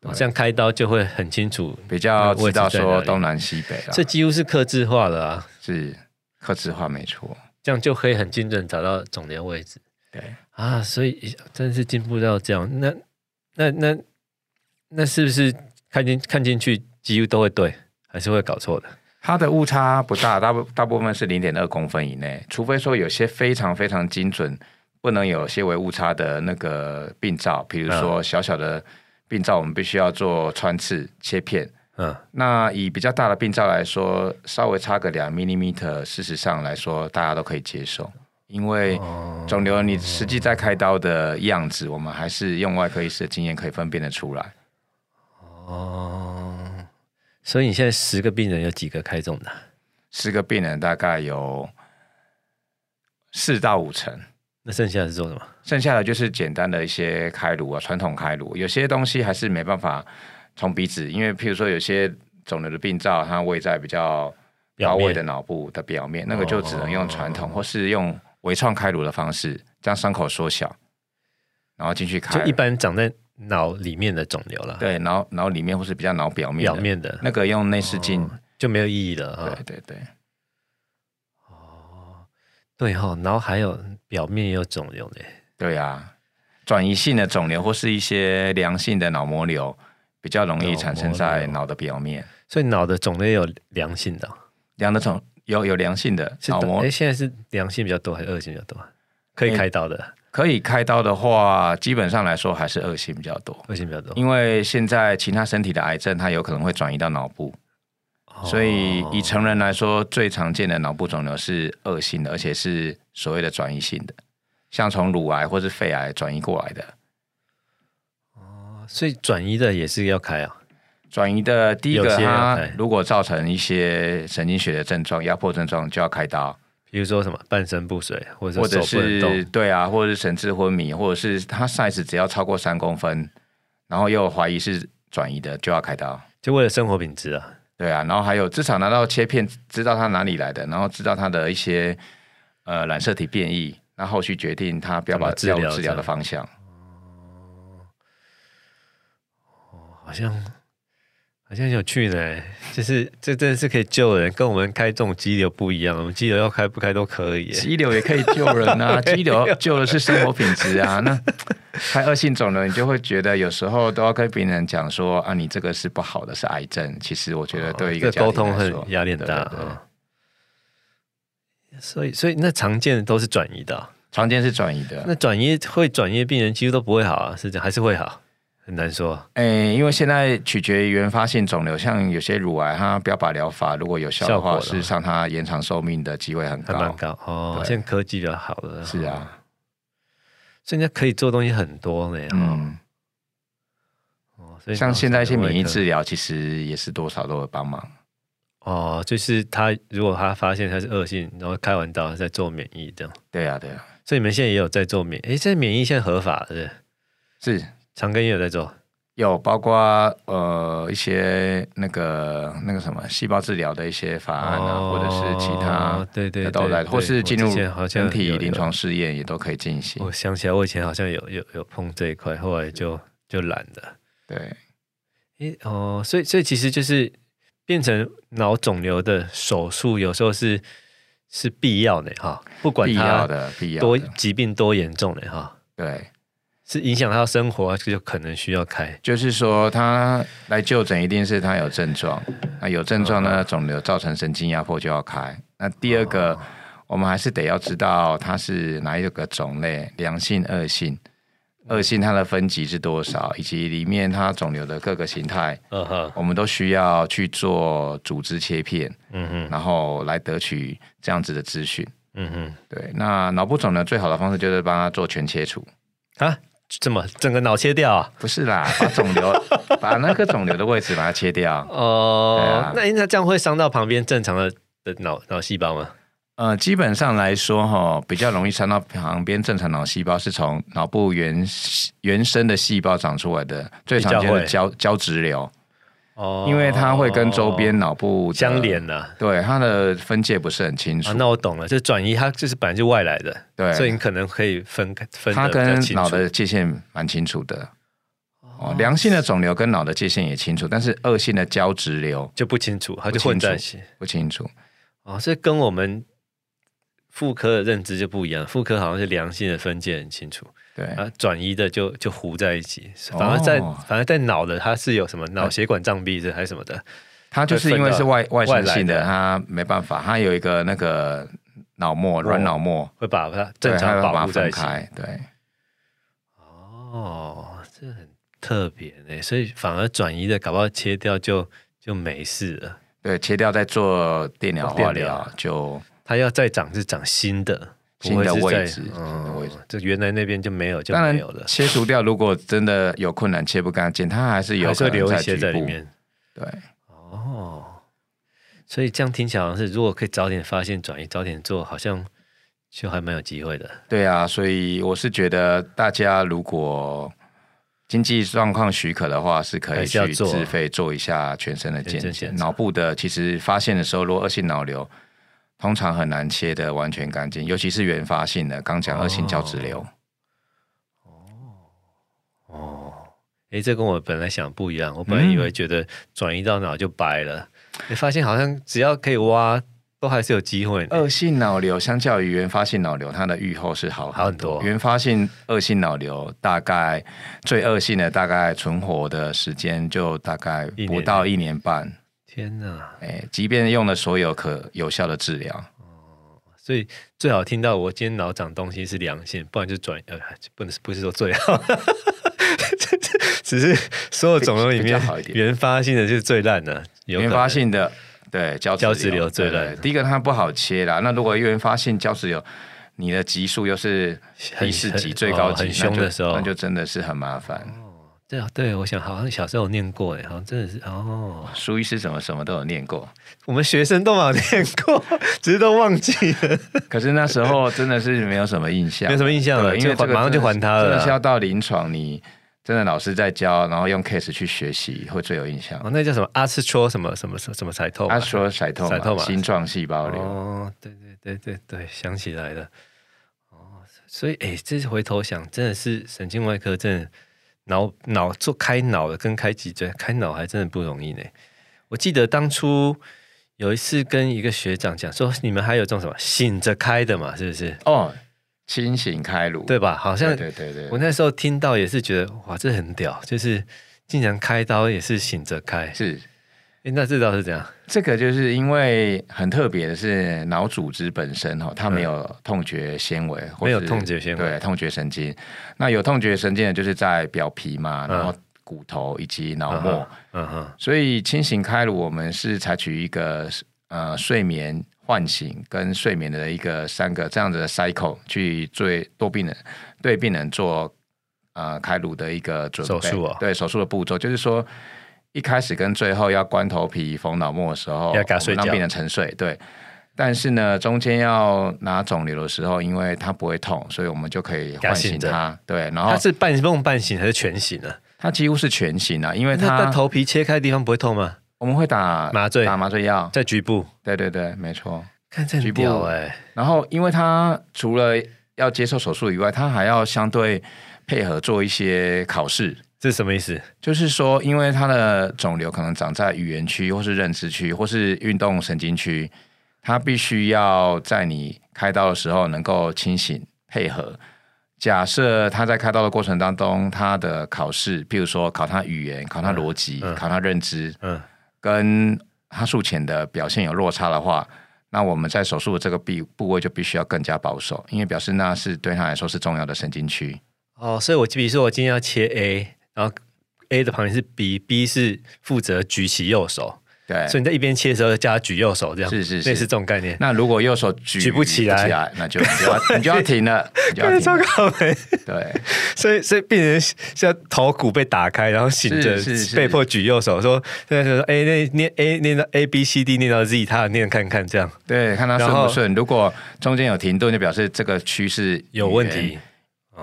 [SPEAKER 1] 哦这样开刀就会很清楚，
[SPEAKER 2] 比
[SPEAKER 1] 嗯
[SPEAKER 2] 较
[SPEAKER 1] 那个
[SPEAKER 2] 知道
[SPEAKER 1] 位置在哪
[SPEAKER 2] 说
[SPEAKER 1] 里
[SPEAKER 2] 东南西北
[SPEAKER 1] 这
[SPEAKER 2] 了，
[SPEAKER 1] 几乎是克制化的啊，
[SPEAKER 2] 是客制化没错。
[SPEAKER 1] 这样就可以很精准找到肿瘤位置
[SPEAKER 2] 对，
[SPEAKER 1] 啊。所以真是进步到这样，那那那那是不是看进看进去几乎都会对，还是会搞错的？
[SPEAKER 2] 它的误差不大，大部大部分是零点二公分以内，除非说有些非常非常精准，不能有些微误差的那个病灶，比如
[SPEAKER 1] 嗯
[SPEAKER 2] 说小小的病灶，我们必须要做穿刺切片。
[SPEAKER 1] 嗯。
[SPEAKER 2] 那以比较大的病灶来说，稍微差个两 millimeter，事实上来说，大家都可以接受，因为
[SPEAKER 1] 哦
[SPEAKER 2] 肿瘤你实际在开刀的样子，我们还是用外科医师的经验可以分辨得出来。
[SPEAKER 1] 哦，所以你现在十个病人有几个开中的？啊
[SPEAKER 2] 十个病人大概有四到五成，
[SPEAKER 1] 那剩下是做什么？
[SPEAKER 2] 剩下的就是简单的一些开颅啊，传统开颅，有些东西还是没办法从鼻子，因为譬如说有些肿瘤的病灶，它位在比较高
[SPEAKER 1] 表面
[SPEAKER 2] 位的脑部的表面，那个就只能用传统、
[SPEAKER 1] 哦
[SPEAKER 2] 或是用微创开颅的方式，将伤口缩小，然后进去开
[SPEAKER 1] 就，一般长在脑里面的肿瘤了，
[SPEAKER 2] 对脑脑里面或是比较脑表面的
[SPEAKER 1] 表面的
[SPEAKER 2] 那个用内视镜，
[SPEAKER 1] 哦就没有意义了啊。
[SPEAKER 2] 对对对，
[SPEAKER 1] 对哈、然后还有表面也有肿瘤的，
[SPEAKER 2] 对啊，转移性的肿瘤或是一些良性的脑膜瘤，比较容易产生
[SPEAKER 1] 脑膜
[SPEAKER 2] 在
[SPEAKER 1] 瘤
[SPEAKER 2] 脑的表面。
[SPEAKER 1] 所以脑的肿瘤也有良性的哦，
[SPEAKER 2] 良的肿有有良性的
[SPEAKER 1] 是
[SPEAKER 2] 脑膜
[SPEAKER 1] 哎，现在是良性比较多还是恶性比较多？啊可以
[SPEAKER 2] 哎
[SPEAKER 1] 开刀的
[SPEAKER 2] 可以开刀的话，基本上来说还是恶性比较多，
[SPEAKER 1] 恶性比较多，
[SPEAKER 2] 因为现在其他身体的癌症它有可能会转移到脑部，
[SPEAKER 1] 哦
[SPEAKER 2] 所以以成人来说，最常见的脑部肿瘤是恶性的，而且是所谓的转移性的，像从乳癌或是肺癌转移过来的。
[SPEAKER 1] 所以转移的也是要开啊。
[SPEAKER 2] 转移的第一
[SPEAKER 1] 有
[SPEAKER 2] 个，
[SPEAKER 1] 些啊哎要
[SPEAKER 2] 它
[SPEAKER 1] 开
[SPEAKER 2] 如果造成一些神经学的症状、压迫症状，就要开刀，
[SPEAKER 1] 比如说什么半身不遂，或者
[SPEAKER 2] 或者
[SPEAKER 1] 是手不能
[SPEAKER 2] 是
[SPEAKER 1] 动，
[SPEAKER 2] 对啊，或者是神志昏迷，或者是它 size 只要超过三公分，然后又怀疑是转移的，就要开刀。
[SPEAKER 1] 就为了生活品质啊。
[SPEAKER 2] 对啊，然后还有至少拿到切片，知道它哪里来的，然后知道它的一些呃染色体变异，那后续决定它标靶
[SPEAKER 1] 怎么治疗
[SPEAKER 2] 治
[SPEAKER 1] 这
[SPEAKER 2] 疗
[SPEAKER 1] 样
[SPEAKER 2] 的方向。
[SPEAKER 1] 好像好像很有趣呢，就是这真的是可以救人，跟我们开这种激流不一样，我们激流要开不开都可以耶。
[SPEAKER 2] 肌瘤也可以救人啊，
[SPEAKER 1] <laughs>
[SPEAKER 2] 肌瘤救的是生活品质啊。那开恶性肿瘤，你就会觉得有时候都要跟病人讲说啊，你这个是不好的，是癌症。其实我觉得对一个
[SPEAKER 1] 哦这沟通
[SPEAKER 2] 家庭来
[SPEAKER 1] 很
[SPEAKER 2] 说
[SPEAKER 1] 压力很大
[SPEAKER 2] 对对对
[SPEAKER 1] 啊。所以，所以那常见的都是转移的啊、
[SPEAKER 2] 常见是转移的。
[SPEAKER 1] 那转移会转移的病人几乎都不会好啊，是这样还是会好，很难说。
[SPEAKER 2] 诶，因为现在取决于原发性肿瘤，像有些乳癌，它标靶疗法如果有效的
[SPEAKER 1] 效
[SPEAKER 2] 话，
[SPEAKER 1] 果的
[SPEAKER 2] 事实上它延长寿命的机会很
[SPEAKER 1] 还
[SPEAKER 2] 高。
[SPEAKER 1] 蛮高哦，
[SPEAKER 2] 对
[SPEAKER 1] 现在科技比较好了，
[SPEAKER 2] 是，啊，
[SPEAKER 1] 所以人家可以做东西很多呢，哦
[SPEAKER 2] 嗯，
[SPEAKER 1] 哦，所以
[SPEAKER 2] 像现在一些免疫
[SPEAKER 1] 治。
[SPEAKER 2] 治疗，其实也是多少都有帮忙。
[SPEAKER 1] 哦，就是他如果他发现他是恶性，然后开完刀再做免疫这样。
[SPEAKER 2] 对啊，对啊，
[SPEAKER 1] 所以你们现在也有在做免，诶，这免疫现在合法是不是
[SPEAKER 2] 是
[SPEAKER 1] 长庚也有在做
[SPEAKER 2] 有包括呃一些那个那个什么细胞治疗的一些法案啊，或者是其他
[SPEAKER 1] 哦对对
[SPEAKER 2] 的
[SPEAKER 1] 对
[SPEAKER 2] 都来，或是进入
[SPEAKER 1] 整
[SPEAKER 2] 整体临床试验也都可以进行。
[SPEAKER 1] 我想起来，我以前好像有有有碰这一块，后来就就懒了。
[SPEAKER 2] 对，
[SPEAKER 1] 诶，哦，所以所以其实就是变成脑肿瘤的手术，有时候是是必要的哈，不管
[SPEAKER 2] 必要
[SPEAKER 1] 它
[SPEAKER 2] 的，必要
[SPEAKER 1] 多
[SPEAKER 2] 的。
[SPEAKER 1] 疾病多严重的哈，
[SPEAKER 2] 对，
[SPEAKER 1] 是影响到生活，就可能需要开。
[SPEAKER 2] 就是说他来就诊一定是他有症状，那有症状呢，肿瘤造成神经压迫就要开。那第二个，我们还是得要知道它是哪一个种类，良性、恶性。恶性它的分级是多少，以及里面它肿瘤的各个形态，
[SPEAKER 1] 嗯哼，
[SPEAKER 2] 我们都需要去做组织切片，
[SPEAKER 1] 嗯哼，
[SPEAKER 2] 然后来得取这样子的资讯。
[SPEAKER 1] 嗯
[SPEAKER 2] 对，那脑部肿瘤最好的方式就是帮它做全切除，
[SPEAKER 1] 哼，啊，怎么整个脑切掉啊？
[SPEAKER 2] 不是啦，把肿瘤把那个肿瘤的位置把它切掉。对
[SPEAKER 1] 哦
[SPEAKER 2] 啊，
[SPEAKER 1] 那那这样会伤到旁边正常的的脑脑细胞吗？
[SPEAKER 2] 呃，基本上来说，哈，比较容易伤到旁边正常脑细胞，是从脑部原原生的细胞长出来的，最常见的
[SPEAKER 1] 比
[SPEAKER 2] 胶胶质瘤，
[SPEAKER 1] 哦
[SPEAKER 2] 因为它会跟周边脑部的
[SPEAKER 1] 相，连的啊。
[SPEAKER 2] 对它的分界不是很清楚，
[SPEAKER 1] 那我懂了，就转移它就是本来就外来的，所以
[SPEAKER 2] 对，
[SPEAKER 1] 你可能可以分分
[SPEAKER 2] 它
[SPEAKER 1] 的比较
[SPEAKER 2] 跟
[SPEAKER 1] 清
[SPEAKER 2] 脑
[SPEAKER 1] 楚。
[SPEAKER 2] 的界限蛮清楚的。哦，良性的肿瘤跟脑的界限也清楚，但是恶性的胶质瘤
[SPEAKER 1] 就不清楚，它就
[SPEAKER 2] 不清楚
[SPEAKER 1] 混在一起。
[SPEAKER 2] 不清楚。
[SPEAKER 1] 哦，这跟我们妇科的认知就不一样，妇科好像是良性的分界很清楚，
[SPEAKER 2] 对，
[SPEAKER 1] 啊，转移的就就糊在一起，
[SPEAKER 2] 哦
[SPEAKER 1] 反而在、反而在脑的它是有什么脑血管障壁这还是什么的，
[SPEAKER 2] 它就是因为是外外
[SPEAKER 1] 到
[SPEAKER 2] 生性
[SPEAKER 1] 外来
[SPEAKER 2] 的，
[SPEAKER 1] 的
[SPEAKER 2] 它没办法，它有一个那个脑膜软脑膜，
[SPEAKER 1] 会把它
[SPEAKER 2] 对
[SPEAKER 1] 正
[SPEAKER 2] 它
[SPEAKER 1] 常
[SPEAKER 2] 要把
[SPEAKER 1] 保
[SPEAKER 2] 它
[SPEAKER 1] 护在
[SPEAKER 2] 分
[SPEAKER 1] 一起。
[SPEAKER 2] 开。对，
[SPEAKER 1] 哦，这很特别呢，所以反而转移的搞不好切掉就就没事了，
[SPEAKER 2] 对，切掉再做电疗、
[SPEAKER 1] 哦电疗
[SPEAKER 2] 化疗，就
[SPEAKER 1] 它要再长是长新的。不会
[SPEAKER 2] 新的
[SPEAKER 1] 是
[SPEAKER 2] 位
[SPEAKER 1] 在
[SPEAKER 2] 置新的
[SPEAKER 1] 嗯
[SPEAKER 2] 位置，
[SPEAKER 1] 这原来那边就没有就
[SPEAKER 2] 当然
[SPEAKER 1] 没有了，
[SPEAKER 2] 切除掉。如果真的有困难切不干净，它还是有
[SPEAKER 1] 还是
[SPEAKER 2] 可
[SPEAKER 1] 会留
[SPEAKER 2] 能
[SPEAKER 1] 一
[SPEAKER 2] 在
[SPEAKER 1] 些
[SPEAKER 2] 局
[SPEAKER 1] 在里
[SPEAKER 2] 部。
[SPEAKER 1] 面。
[SPEAKER 2] 对，
[SPEAKER 1] 哦，所以这样听起来好像是，如果可以早点发现转移，早点做，好像就还蛮有机会的。
[SPEAKER 2] 对啊，所以我是觉得大家如果经济状况许可的话，是可
[SPEAKER 1] 还
[SPEAKER 2] 以
[SPEAKER 1] 是要
[SPEAKER 2] 去
[SPEAKER 1] 做
[SPEAKER 2] 自费做一下全身的
[SPEAKER 1] 全身
[SPEAKER 2] 健
[SPEAKER 1] 检
[SPEAKER 2] 检。
[SPEAKER 1] 查
[SPEAKER 2] 脑部的其实发现的时候，如果恶性脑瘤，通常很难切的完全干净，尤其是原发性的，刚讲恶性胶质瘤。
[SPEAKER 1] 哦，诶，这跟我本来想不一样，我本来以为觉得转移到脑就白了，你、发现好像只要可以挖，都还是有机会呢。
[SPEAKER 2] 恶性脑瘤相较于原发性脑瘤，它的预后是好
[SPEAKER 1] 好很多
[SPEAKER 2] 原发性恶性脑瘤大概最恶性的大概存活的时间就大概
[SPEAKER 1] 一年
[SPEAKER 2] 不到一年半。
[SPEAKER 1] 天哪！
[SPEAKER 2] 哎、即便用了所有可有效的治疗，
[SPEAKER 1] 所以最好听到我今天脑长东西是良性，不然就转呃，不能不是说最好，只是所有肿瘤里
[SPEAKER 2] 比较
[SPEAKER 1] 面
[SPEAKER 2] 好一点
[SPEAKER 1] 原发性的就是最烂的，有可
[SPEAKER 2] 原
[SPEAKER 1] 能
[SPEAKER 2] 发性的对胶
[SPEAKER 1] 胶质瘤最
[SPEAKER 2] 对
[SPEAKER 1] 烂
[SPEAKER 2] 第一个它不好切啦。那如果原发性胶质瘤，你的级数又是
[SPEAKER 1] 很
[SPEAKER 2] 第四级
[SPEAKER 1] 很
[SPEAKER 2] 最高
[SPEAKER 1] 哦
[SPEAKER 2] 级，
[SPEAKER 1] 很凶
[SPEAKER 2] 那就
[SPEAKER 1] 的时候
[SPEAKER 2] 那就真的是很麻烦。
[SPEAKER 1] 对啊，对，我想好像小时候有念过，哎，好像真的是哦，
[SPEAKER 2] 苏医师什么什么都有念过，
[SPEAKER 1] 我们学生都有念过，只是都忘记
[SPEAKER 2] <laughs>
[SPEAKER 1] 了，
[SPEAKER 2] 可是那时候真的是没有什么印象，
[SPEAKER 1] 没什么印象了，
[SPEAKER 2] 对，因为
[SPEAKER 1] 就
[SPEAKER 2] 这个
[SPEAKER 1] 马上就
[SPEAKER 2] 真
[SPEAKER 1] 还
[SPEAKER 2] 的是
[SPEAKER 1] 他
[SPEAKER 2] 真
[SPEAKER 1] 了
[SPEAKER 2] 的是
[SPEAKER 1] 啦。
[SPEAKER 2] 要到临床，你真的老师在教，然后用 case 去学习，会最有印象
[SPEAKER 1] 哦，。那叫什么阿斯戳什么什么什么什么才透吧？
[SPEAKER 2] 他说塞透
[SPEAKER 1] 塞透
[SPEAKER 2] 嘛，
[SPEAKER 1] 嘛
[SPEAKER 2] 心状细胞瘤，
[SPEAKER 1] 哦，对对对对对，想起来了。哦，所以哎，这是回头想，真的是神经外科，真的脑脑做开脑的跟开脊椎开脑还真的不容易呢。我记得当初有一次跟一个学长讲说，你们还有这种什么醒着开的嘛，是不是？
[SPEAKER 2] 哦，清醒开颅，
[SPEAKER 1] 对吧？好像
[SPEAKER 2] 对对对
[SPEAKER 1] 我
[SPEAKER 2] 对，
[SPEAKER 1] 那时候听到也是觉得哇，这很屌，就是竟然开刀也是醒着开。
[SPEAKER 2] 是
[SPEAKER 1] 诶那这招是怎样？
[SPEAKER 2] 这个就是因为很特别的是脑组织本身哦，它没有痛觉纤维，或
[SPEAKER 1] 没有
[SPEAKER 2] 是
[SPEAKER 1] 痛觉纤维
[SPEAKER 2] 对痛觉神经。那有痛觉神经的就是在表皮嘛，
[SPEAKER 1] 嗯
[SPEAKER 2] 然后骨头以及脑膜。
[SPEAKER 1] 嗯哼，
[SPEAKER 2] 所以清醒开颅，我们是采取一个呃睡眠唤醒跟睡眠的一个三个这样子的 cycle 去对多病人对病人做呃开颅的一个准备
[SPEAKER 1] 手术哦
[SPEAKER 2] 对手术的步骤，就是说一开始跟最后要关头皮、缝脑膜的时候，
[SPEAKER 1] 要给他
[SPEAKER 2] 我们
[SPEAKER 1] 睡
[SPEAKER 2] 让
[SPEAKER 1] 觉
[SPEAKER 2] 病人沉睡，对。但是呢，中间要拿肿瘤的时候，因为它不会痛，所以我们就可以
[SPEAKER 1] 给他
[SPEAKER 2] 唤
[SPEAKER 1] 醒
[SPEAKER 2] 醒
[SPEAKER 1] 着
[SPEAKER 2] 它。对，然后
[SPEAKER 1] 它是半梦半醒还是全醒啊？
[SPEAKER 2] 它几乎是全醒啊，因为
[SPEAKER 1] 那那
[SPEAKER 2] 它
[SPEAKER 1] 头皮切开的地方不会痛吗？
[SPEAKER 2] 我们会打
[SPEAKER 1] 麻醉
[SPEAKER 2] 打麻醉药，
[SPEAKER 1] 在局部，
[SPEAKER 2] 对对对，没错。
[SPEAKER 1] 看这
[SPEAKER 2] 局
[SPEAKER 1] 很
[SPEAKER 2] 部
[SPEAKER 1] 屌哎、
[SPEAKER 2] 然后，因为他除了要接受手术以外，他还要相对配合做一些考试。
[SPEAKER 1] 这是什么意思？
[SPEAKER 2] 就是说，因为他的肿瘤可能长在语言区，或是认知区，或是运动神经区，他必须要在你开刀的时候能够清醒配合。假设他在开刀的过程当中，他的考试，譬如说考他语言、考他逻辑、
[SPEAKER 1] 嗯嗯
[SPEAKER 2] 考他认知，
[SPEAKER 1] 嗯，
[SPEAKER 2] 跟他术前的表现有落差的话，那我们在手术的这个部部位就必须要更加保守，因为表示那是对他来说是重要的神经区。
[SPEAKER 1] 哦，所以我比如说我今天要切 A，然后 A 的旁边是 B，B 是负责举起右手，
[SPEAKER 2] 对，
[SPEAKER 1] 所以你在一边切的时候叫他举右手，这样
[SPEAKER 2] 是是是
[SPEAKER 1] 类似这种概念。
[SPEAKER 2] 那如果右手举
[SPEAKER 1] 举不起来
[SPEAKER 2] 那就你就要你就要停了，你就要停
[SPEAKER 1] <laughs> 超
[SPEAKER 2] 了。
[SPEAKER 1] 搞没，
[SPEAKER 2] 对，
[SPEAKER 1] 哎所以所以病人像头骨被打开，然后醒着
[SPEAKER 2] 是是是
[SPEAKER 1] 被迫举右手，说现在就说哎那念 A 念到 A B C D 念到 Z，他要念看看这样
[SPEAKER 2] 对，看他顺
[SPEAKER 1] 然
[SPEAKER 2] 不
[SPEAKER 1] 后
[SPEAKER 2] 顺。如果中间有停顿，就表示这个趋势
[SPEAKER 1] 有问题。，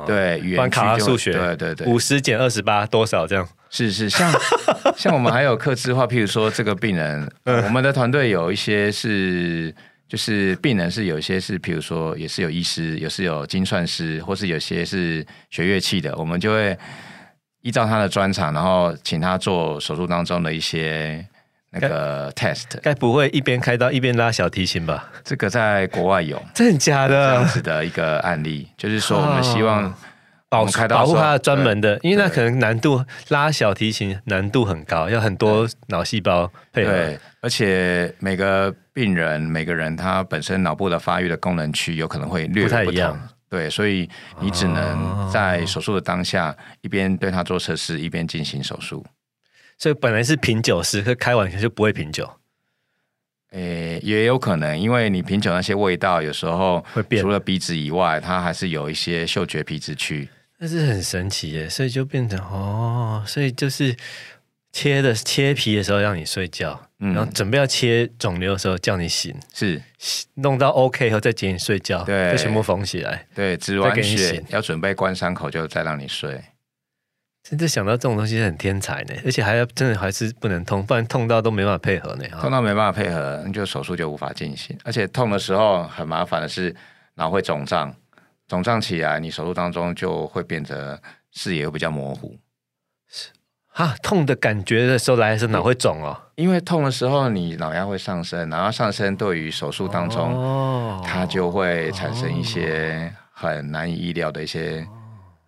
[SPEAKER 2] 对，语
[SPEAKER 1] 不然
[SPEAKER 2] 言区
[SPEAKER 1] 考他
[SPEAKER 2] 就
[SPEAKER 1] 数学，
[SPEAKER 2] 对对对，
[SPEAKER 1] 五十减二十八多少这样？
[SPEAKER 2] 是是，像 <laughs> 像我们还有客制化，譬如说这个病人，呃我们的团队有一些是。就是病人是有一些是，譬如说也是有医师，也是有精算师，或是有些是学乐器的，我们就会依照他的专长，然后请他做手术当中的一些那个 test。
[SPEAKER 1] 该不会一边开刀一边拉小提琴吧？
[SPEAKER 2] 这个在国外有
[SPEAKER 1] <laughs> 真的假
[SPEAKER 2] 这样
[SPEAKER 1] 的？
[SPEAKER 2] 子的一个案例，就是说我们希望我
[SPEAKER 1] 保
[SPEAKER 2] 哦们开刀的
[SPEAKER 1] 保护
[SPEAKER 2] 时候
[SPEAKER 1] 他的专门的，因为那
[SPEAKER 2] 对
[SPEAKER 1] 可能难度拉小提琴难度很高，要很多脑细胞配合。
[SPEAKER 2] 对，而且每个病人每个人他本身脑部的发育的功能区有可能会略有
[SPEAKER 1] 不太
[SPEAKER 2] 不
[SPEAKER 1] 一样
[SPEAKER 2] 同。对，所以你只能在手术的当下，一边对他做测试，一边进行手术。
[SPEAKER 1] 所以本来是品酒师，可开完就不会品酒，
[SPEAKER 2] 诶，也有可能，因为你品酒那些味道，有时候
[SPEAKER 1] 会变
[SPEAKER 2] 除了鼻子以外，它还是有一些嗅觉皮质区。
[SPEAKER 1] 但是很神奇耶。所以就变成哦，所以就是切的切皮的时候让你睡觉，
[SPEAKER 2] 嗯
[SPEAKER 1] 然后准备要切肿瘤的时候叫你醒，
[SPEAKER 2] 是
[SPEAKER 1] 弄到 OK 以后再接你睡觉，
[SPEAKER 2] 对
[SPEAKER 1] 再全部缝起来。
[SPEAKER 2] 对，止
[SPEAKER 1] 再
[SPEAKER 2] 完
[SPEAKER 1] 给你
[SPEAKER 2] 血
[SPEAKER 1] 醒
[SPEAKER 2] 要准备关伤口，就再让你睡。
[SPEAKER 1] 真的想到这种东西很天才呢，而且还要真的还是不能痛，不然痛到都没办法配合呢。啊
[SPEAKER 2] 痛到没办法配合，那就手术就无法进行。而且痛的时候很麻烦的是，脑会肿胀，肿胀起来，你手术当中就会变得视野会比较模糊。
[SPEAKER 1] 哈，痛的感觉的时候来的时候脑会肿哦。
[SPEAKER 2] 因为痛的时候，你脑压会上升，然后上升对于手术当中，
[SPEAKER 1] 哦
[SPEAKER 2] 它就会产生一些很难以意料的一些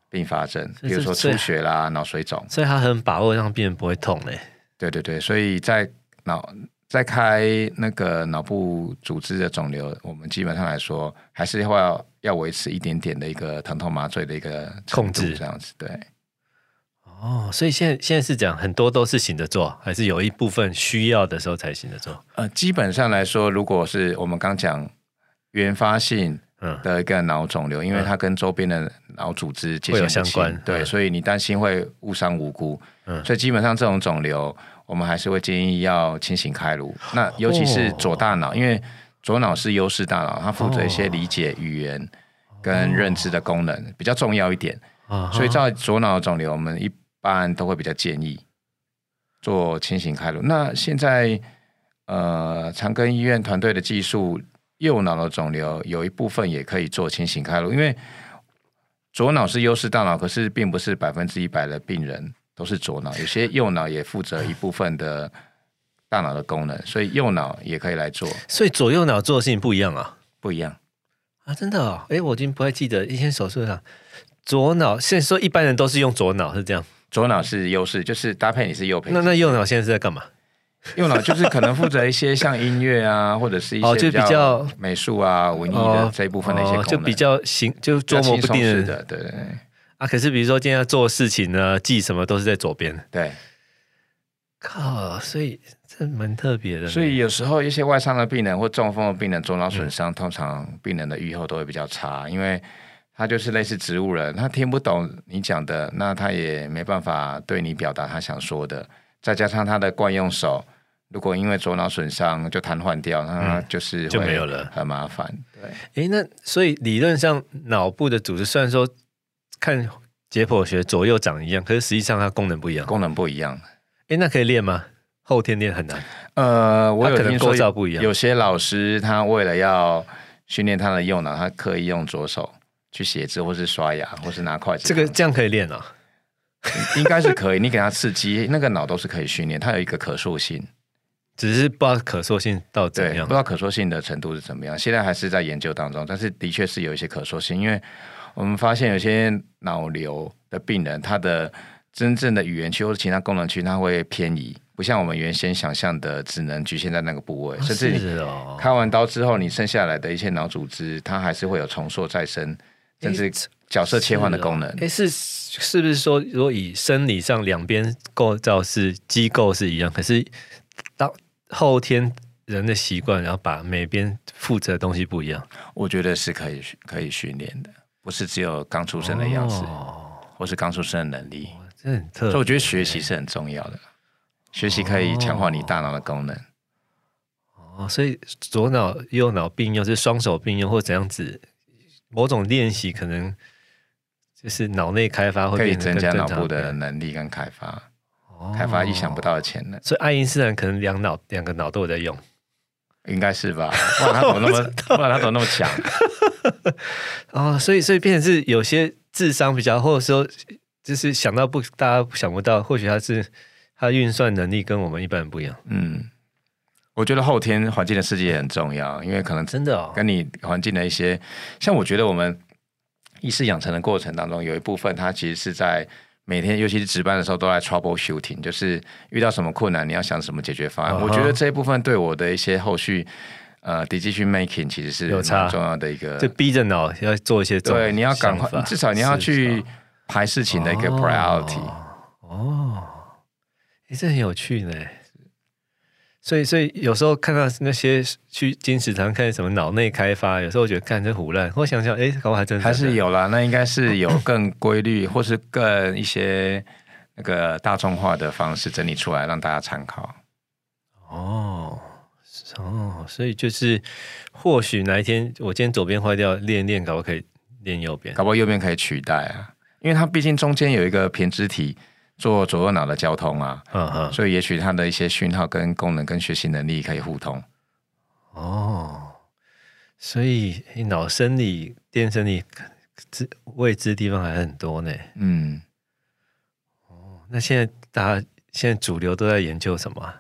[SPEAKER 2] 并发症，
[SPEAKER 1] 这
[SPEAKER 2] 比如说
[SPEAKER 1] 这
[SPEAKER 2] 出血啦、脑水肿。
[SPEAKER 1] 所以他很把握让病人不会痛嘞。
[SPEAKER 2] 对对对，所以在脑在开那个脑部组织的肿瘤，我们基本上来说还是要要维持一点点的一个疼痛麻醉的一个程
[SPEAKER 1] 控
[SPEAKER 2] 度
[SPEAKER 1] 制
[SPEAKER 2] 这样子。对，
[SPEAKER 1] 哦，所以现在现在是讲很多都是醒着做，还是有一部分需要的时候才醒着做。
[SPEAKER 2] 呃，基本上来说，如果是我们刚讲原发性
[SPEAKER 1] 嗯，
[SPEAKER 2] 的一个脑肿瘤，因为它跟周边的脑组织界
[SPEAKER 1] 会有
[SPEAKER 2] 限不清
[SPEAKER 1] 相关
[SPEAKER 2] 对，
[SPEAKER 1] 嗯
[SPEAKER 2] 所以你担心会误伤无辜，
[SPEAKER 1] 嗯
[SPEAKER 2] 所以基本上这种肿瘤，我们还是会建议要清醒开颅。那尤其
[SPEAKER 1] 哦
[SPEAKER 2] 是左大脑，因为左脑是优势大脑，它负责一些理解语言跟认知的功能、比较重要一点，
[SPEAKER 1] 啊
[SPEAKER 2] 所以照左脑肿瘤，我们一般都会比较建议做清醒开颅。那现在呃，长庚医院团队的技术，右脑的肿瘤有一部分也可以做清醒开颅，因为左脑是优势大脑，可是并不是百分之一百的病人都是左脑，有些右脑也负责一部分的大脑的功能，所以右脑也可以来做，
[SPEAKER 1] 所以左右脑做的事情不一样啊
[SPEAKER 2] 不一样。
[SPEAKER 1] 啊，真的哦，哎，我已经不太记得以前手术上左脑，现在说一般人都是用左脑是这样，
[SPEAKER 2] 左脑是优势，就是搭配你是右配，
[SPEAKER 1] 那那右脑现在是在干嘛？
[SPEAKER 2] <laughs> 右脑就是可能负责一些像音
[SPEAKER 1] <laughs>
[SPEAKER 2] 乐啊，或者是一
[SPEAKER 1] 哦
[SPEAKER 2] 些
[SPEAKER 1] 就比较
[SPEAKER 2] 美术啊、文艺的这一部分的一些功
[SPEAKER 1] 哦
[SPEAKER 2] 能，
[SPEAKER 1] 就比较行，就捉摸
[SPEAKER 2] 比
[SPEAKER 1] 不
[SPEAKER 2] 较轻松
[SPEAKER 1] 定
[SPEAKER 2] 式
[SPEAKER 1] 的
[SPEAKER 2] 的，对对对
[SPEAKER 1] 啊。可是比如说今天要做事情呢，记什么都是在左边，
[SPEAKER 2] 对。
[SPEAKER 1] 靠，所以这蛮特别的呢。
[SPEAKER 2] 所以有时候一些外伤的病人或中风的病人，左
[SPEAKER 1] 嗯
[SPEAKER 2] 脑损伤，通常病人的预后都会比较差，因为他就是类似植物人，他听不懂你讲的，那他也没办法对你表达他想说的，再加上他的惯用手，如果因为左脑损伤就瘫痪掉，那就
[SPEAKER 1] 嗯
[SPEAKER 2] 是
[SPEAKER 1] 就
[SPEAKER 2] 会
[SPEAKER 1] 没有了
[SPEAKER 2] 很麻烦。对，
[SPEAKER 1] 诶，那所以理论上脑部的组织虽然说看解剖学左右长一样，可是实际上它功能不一样。
[SPEAKER 2] 功能不一样。
[SPEAKER 1] 诶，那可以练吗？后天练很难，
[SPEAKER 2] 呃，我
[SPEAKER 1] 它
[SPEAKER 2] 有
[SPEAKER 1] 可能
[SPEAKER 2] 听说
[SPEAKER 1] 构造不一样
[SPEAKER 2] 有些老师他为了要训练他的右脑，他刻意用左手去写字，或是刷牙，或是拿筷子。
[SPEAKER 1] 这个这样可以练啊、
[SPEAKER 2] <laughs> 应该是可以，你给他刺激，那个脑都是可以训练，它有一个可塑性。
[SPEAKER 1] 只是不知道可塑性到底
[SPEAKER 2] 对
[SPEAKER 1] 怎，样
[SPEAKER 2] 不知。道可塑性的程度是怎么样，现在还是在研究当中，但是的确是有一些可塑性，因为我们发现有些脑瘤的病人，他的真正的语言区或者其他功能区，它会偏移，不像我们原先想象的只能局限在那个部位，甚至你
[SPEAKER 1] 是哦，
[SPEAKER 2] 开完刀之后，你剩下来的一些脑组织，它还是会有重塑再生，甚至角色切换的功能。
[SPEAKER 1] 诶，是哦是不是说，如果以生理上两边构造是机构是一样，可是到后天人的习惯，然后把每边负责的东西不一样，
[SPEAKER 2] 我觉得是可以可以训练的，不是只有刚出生的样子，
[SPEAKER 1] 哦，
[SPEAKER 2] 或是刚出生的能力。
[SPEAKER 1] 这很特
[SPEAKER 2] 所以
[SPEAKER 1] 别
[SPEAKER 2] 我觉得学习是很重要的，学习可以强化你大脑的功能。
[SPEAKER 1] 哦，所以左脑右脑并用，是双手并用，或怎样子，某种练习可能就是脑内开发会
[SPEAKER 2] 可以
[SPEAKER 1] 哦变得
[SPEAKER 2] 增
[SPEAKER 1] 更哦
[SPEAKER 2] 加脑
[SPEAKER 1] 正常
[SPEAKER 2] 部
[SPEAKER 1] 一
[SPEAKER 2] 的
[SPEAKER 1] 点，
[SPEAKER 2] 能力跟开发，开发意想不
[SPEAKER 1] 到。
[SPEAKER 2] 到的潜能，
[SPEAKER 1] 所以爱因斯坦可能两脑两个脑都有在用，
[SPEAKER 2] 应该是
[SPEAKER 1] <laughs>
[SPEAKER 2] 吧？不然他怎么那么，不然他怎么那么强？
[SPEAKER 1] 哦，所以所以变成是有些智商比较，或者说就是想到不大家想不到，或许他是他运算能力跟我们一般人不一样，
[SPEAKER 2] 嗯，我觉得后天环境的刺激也很重要，因为可能
[SPEAKER 1] 真的哦，
[SPEAKER 2] 跟你环境的一些，像我觉得我们意识养成的过程当中，有一部分它其实是在每天，尤其是值班的时候，都在 trouble shooting，就是遇到什么困难，你要想什么解决方案。
[SPEAKER 1] 嗯哼
[SPEAKER 2] 我觉得这一部分对我的一些后续呃 decision making 其实是
[SPEAKER 1] 有差
[SPEAKER 2] 蛮重要的一个
[SPEAKER 1] 就，逼着脑要做一些这种
[SPEAKER 2] 对，你要
[SPEAKER 1] 想
[SPEAKER 2] 赶快，
[SPEAKER 1] 法
[SPEAKER 2] 至少你要
[SPEAKER 1] 是
[SPEAKER 2] 去排事情的一个 priority。
[SPEAKER 1] 哦哦，诶，这很有趣呢。所以，所以有时候看到那些去金石堂看什么脑内开发，有时候我觉得看这胡乱，我想想，诶，搞不好还真
[SPEAKER 2] 还是
[SPEAKER 1] 有。
[SPEAKER 2] 有啦，那应该是有更规律，或是更一些那个大众化的方式整理出来，让大家参考。
[SPEAKER 1] 哦，是哦，所以就是或许哪一天我今天左边坏掉，练一练，搞不好可以练右边。
[SPEAKER 2] 搞不好右边可以取代啊，因为它毕竟中间有一个胼胝体做左右脑的交通啊，
[SPEAKER 1] 嗯嗯，
[SPEAKER 2] 所以也许它的一些讯号跟功能跟学习能力可以互通。
[SPEAKER 1] 哦，所以诶脑生理、电生理知未知地方还很多呢。
[SPEAKER 2] 嗯，
[SPEAKER 1] 那现在大家现在主流都在研究什么啊？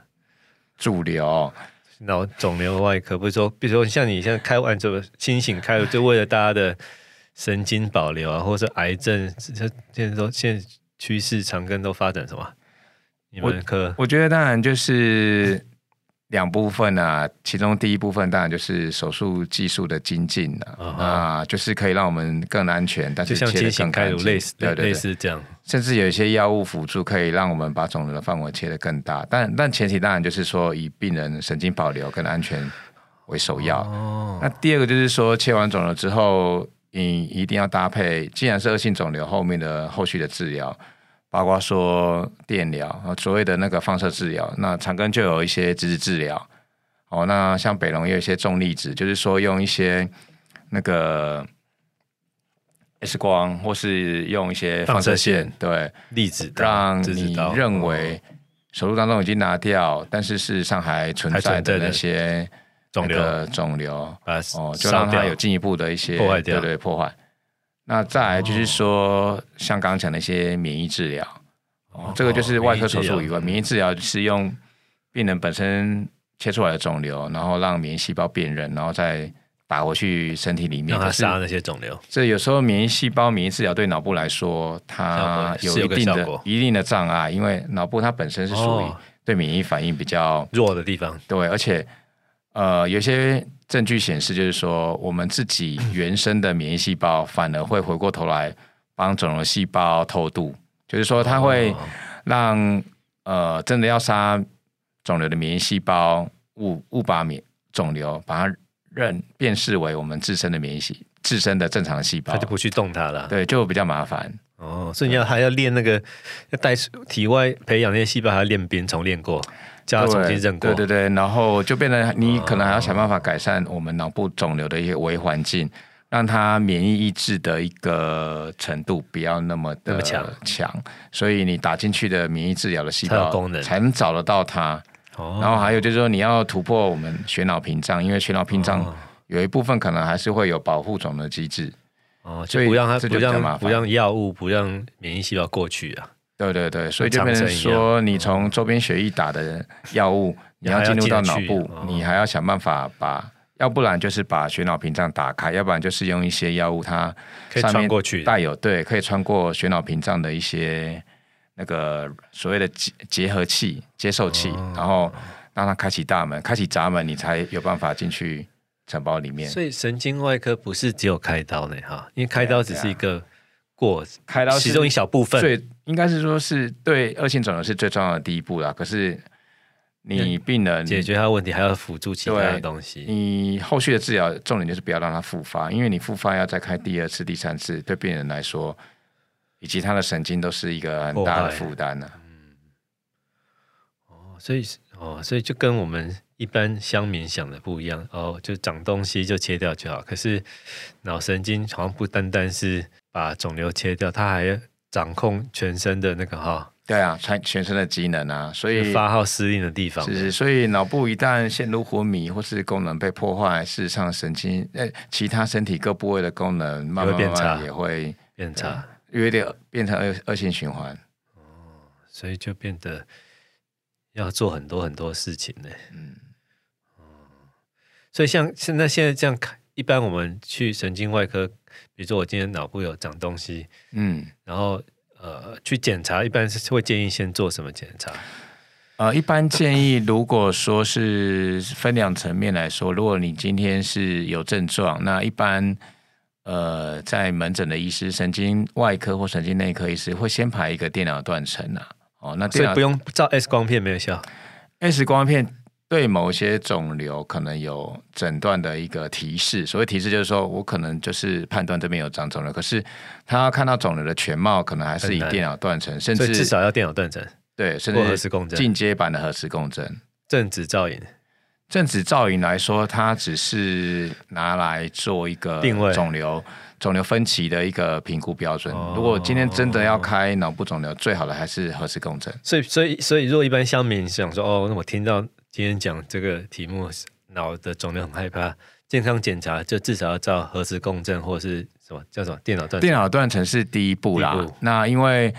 [SPEAKER 2] 主流
[SPEAKER 1] 脑肿瘤外科不是说，比如说像你现在开完之后清醒开了，就为了大家的神经保留啊，或者是癌症，这这现在说现在趋势长庚都发展什么啊？你们科
[SPEAKER 2] 我觉得当然就是两部分啊，其中第一部分当然就是手术技术的精进啊，
[SPEAKER 1] 啊哈
[SPEAKER 2] 啊，就是可以让我们更安全，但
[SPEAKER 1] 就是像
[SPEAKER 2] 切
[SPEAKER 1] 清
[SPEAKER 2] 得
[SPEAKER 1] 醒
[SPEAKER 2] 更
[SPEAKER 1] 开
[SPEAKER 2] 干
[SPEAKER 1] 颅
[SPEAKER 2] 净
[SPEAKER 1] 类似
[SPEAKER 2] 对对
[SPEAKER 1] 类
[SPEAKER 2] 对，
[SPEAKER 1] 似这样，
[SPEAKER 2] 甚至有一些药物辅助可以让我们把肿瘤的范围切得更大，但但前提当然就是说以病人神经保留跟安全为首要。
[SPEAKER 1] 哦
[SPEAKER 2] 那第二个就是说切完肿瘤之后，你一定要搭配，既然是恶性肿瘤，后面的后续的治疗，包括说电疗啊，所谓的那个放射治疗，那长庚就有一些直子治疗。哦，那像北龙也有一些重粒子，就是说用一些那个 X 光，或是用一些放射线，对，
[SPEAKER 1] 粒子的
[SPEAKER 2] 让
[SPEAKER 1] 这哦知
[SPEAKER 2] 你
[SPEAKER 1] 道
[SPEAKER 2] 认为手术当中已经拿掉，但是事实上还存
[SPEAKER 1] 还存
[SPEAKER 2] 在的
[SPEAKER 1] 在的
[SPEAKER 2] 那些
[SPEAKER 1] 肿瘤
[SPEAKER 2] 那个肿瘤，
[SPEAKER 1] 把它
[SPEAKER 2] 哦，就
[SPEAKER 1] 烧
[SPEAKER 2] 让
[SPEAKER 1] 掉
[SPEAKER 2] 它有进一步的一些
[SPEAKER 1] 破坏掉哦
[SPEAKER 2] 对对破坏。那再来就是说，像刚刚讲的一些免疫治疗，哦，这个就是外科手术以外，免疫治疗就是用病人本身切出来的肿瘤，然后让免疫细胞辨认，然后再打回去身体里面。
[SPEAKER 1] 让它
[SPEAKER 2] 可是
[SPEAKER 1] 杀那些肿瘤，
[SPEAKER 2] 这有时候免疫细胞、免疫治疗对脑部来说，
[SPEAKER 1] 效果
[SPEAKER 2] 它有
[SPEAKER 1] 是有
[SPEAKER 2] 一
[SPEAKER 1] 个
[SPEAKER 2] 定
[SPEAKER 1] 效
[SPEAKER 2] 的
[SPEAKER 1] 果
[SPEAKER 2] 一定的障碍，因为脑部它本身是属于
[SPEAKER 1] 哦
[SPEAKER 2] 对免疫反应比较
[SPEAKER 1] 弱的地方
[SPEAKER 2] 对，而且呃，有些证据显示，就是说我们自己
[SPEAKER 1] <clears throat>
[SPEAKER 2] 原生的免疫细胞反而会回过头来帮肿瘤细胞偷渡，就是说它会
[SPEAKER 1] 哦
[SPEAKER 2] 让呃真的要杀肿瘤的免疫细胞误误把免肿瘤把它认辨识为我们自身的免疫系自身的正常细胞
[SPEAKER 1] 它，就不去动它了。
[SPEAKER 2] 对，就比较麻烦。
[SPEAKER 1] 哦，所以你要还要练那个，要带体外培养那些细胞，还要练兵，重练过，叫他重新认过。
[SPEAKER 2] 对对对，然后就变得你可能还要想办法改善我们脑部肿瘤的一些微环境，让它免疫抑制的一个程度不要那么的
[SPEAKER 1] 那么强
[SPEAKER 2] 强，所以你打进去的免疫治疗的细
[SPEAKER 1] 才
[SPEAKER 2] 胞
[SPEAKER 1] 有功能
[SPEAKER 2] 才能找得到它。
[SPEAKER 1] 哦，
[SPEAKER 2] 然后还有就是说你要突破我们血脑屏障，因为血脑屏障有一部分可能还是会有保护肿瘤机制。
[SPEAKER 1] 哦，就
[SPEAKER 2] 所以
[SPEAKER 1] 不让他
[SPEAKER 2] 这
[SPEAKER 1] 不
[SPEAKER 2] 就比较麻
[SPEAKER 1] 让
[SPEAKER 2] 烦
[SPEAKER 1] 不让药物不让免疫细胞过去啊。
[SPEAKER 2] 对对对，所以就
[SPEAKER 1] 像
[SPEAKER 2] 变成
[SPEAKER 1] 长生一样
[SPEAKER 2] 说，你从周边血液打的药物，你要
[SPEAKER 1] 还要
[SPEAKER 2] 进入到
[SPEAKER 1] 进
[SPEAKER 2] 脑
[SPEAKER 1] 去
[SPEAKER 2] 部
[SPEAKER 1] 哦，
[SPEAKER 2] 你还要想办法把，要不然就是把血脑屏障打开，要不然就是用一些药物它
[SPEAKER 1] 可以
[SPEAKER 2] 上
[SPEAKER 1] 穿
[SPEAKER 2] 面
[SPEAKER 1] 过去
[SPEAKER 2] 带有对，可以穿过血脑屏障的一些那个所谓的结结合器、接受器，
[SPEAKER 1] 哦
[SPEAKER 2] 然后让它开启大门、开启闸门，你才有办法进去城堡里面。
[SPEAKER 1] 所以神经外科不是只有开刀呢，哈，因为开刀只是一个过，
[SPEAKER 2] 开刀
[SPEAKER 1] 其
[SPEAKER 2] 是
[SPEAKER 1] 中一小部分。
[SPEAKER 2] 啊最应该是说是对恶性肿瘤是最重要的第一步啦。可是你病人
[SPEAKER 1] 解决他的问题，还要辅助其他的
[SPEAKER 2] 对
[SPEAKER 1] 东西。
[SPEAKER 2] 你后续的治疗重点就是不要让它复发，因为你复发要再开第二次、第三次，对病人来说，以及他的神经都是一个很大
[SPEAKER 1] 破坏
[SPEAKER 2] 的负担呢。啊
[SPEAKER 1] 哦所以哦，所以就跟我们一般乡民想的不一样哦，就长东西就切掉就好。可是脑神经好像不单单是把肿瘤切掉，它还要掌控全身的那个哈、
[SPEAKER 2] 对啊，全全身的机能啊，所
[SPEAKER 1] 就
[SPEAKER 2] 以
[SPEAKER 1] 发号施令的地方。
[SPEAKER 2] 是是，所以脑部一旦陷入昏迷或是功能被破坏，事实上神经呃其他身体各部位的功能慢
[SPEAKER 1] 也会
[SPEAKER 2] 慢
[SPEAKER 1] 变
[SPEAKER 2] 慢
[SPEAKER 1] 差
[SPEAKER 2] 慢也会
[SPEAKER 1] 变差，
[SPEAKER 2] 有点变成恶恶性循环。
[SPEAKER 1] 所以就变得要做很多很多事情呢。哦
[SPEAKER 2] 嗯，
[SPEAKER 1] 所以像现在现在这样看，一般我们去神经外科，比如说我今天脑部有长东西，
[SPEAKER 2] 嗯。
[SPEAKER 1] 然后呃去检查，一般是会建议先做什么检查？
[SPEAKER 2] 呃，一般建议，如果说是分两层面来说，如果你今天是有症状，那一般呃，在门诊的医师、神经外科或神经内科医师会先排一个电脑断层啊。哦，那
[SPEAKER 1] 所
[SPEAKER 2] 电
[SPEAKER 1] 以
[SPEAKER 2] 脑
[SPEAKER 1] 不用照 X 光片没有效
[SPEAKER 2] X 光片对某些肿瘤可能有诊断的一个提示，所谓提示就是说我可能就是判断这边有长肿瘤，可是他看到肿瘤的全貌，可能还是
[SPEAKER 1] 很
[SPEAKER 2] 以
[SPEAKER 1] 难
[SPEAKER 2] 电脑断层，甚
[SPEAKER 1] 所以
[SPEAKER 2] 至
[SPEAKER 1] 至少要电脑断层
[SPEAKER 2] 对，甚
[SPEAKER 1] 或核
[SPEAKER 2] 至
[SPEAKER 1] 磁共振、
[SPEAKER 2] 进阶版的核磁共振。
[SPEAKER 1] 正子照影。
[SPEAKER 2] 正子造影来说，它只是拿来做一个
[SPEAKER 1] 定位
[SPEAKER 2] 肿瘤肿瘤分期的一个评估标准。
[SPEAKER 1] 哦
[SPEAKER 2] 如果今天真的要开脑部肿瘤，最好的还是核磁共振。
[SPEAKER 1] 所以所以所以，如果一般乡民想说，哦，那我听到今天讲这个题目，脑的肿瘤很害怕，健康检查就至少要照核磁共振或是什么叫什么电脑断层。
[SPEAKER 2] 电脑断层是第一步啦。
[SPEAKER 1] 第一步
[SPEAKER 2] 那因为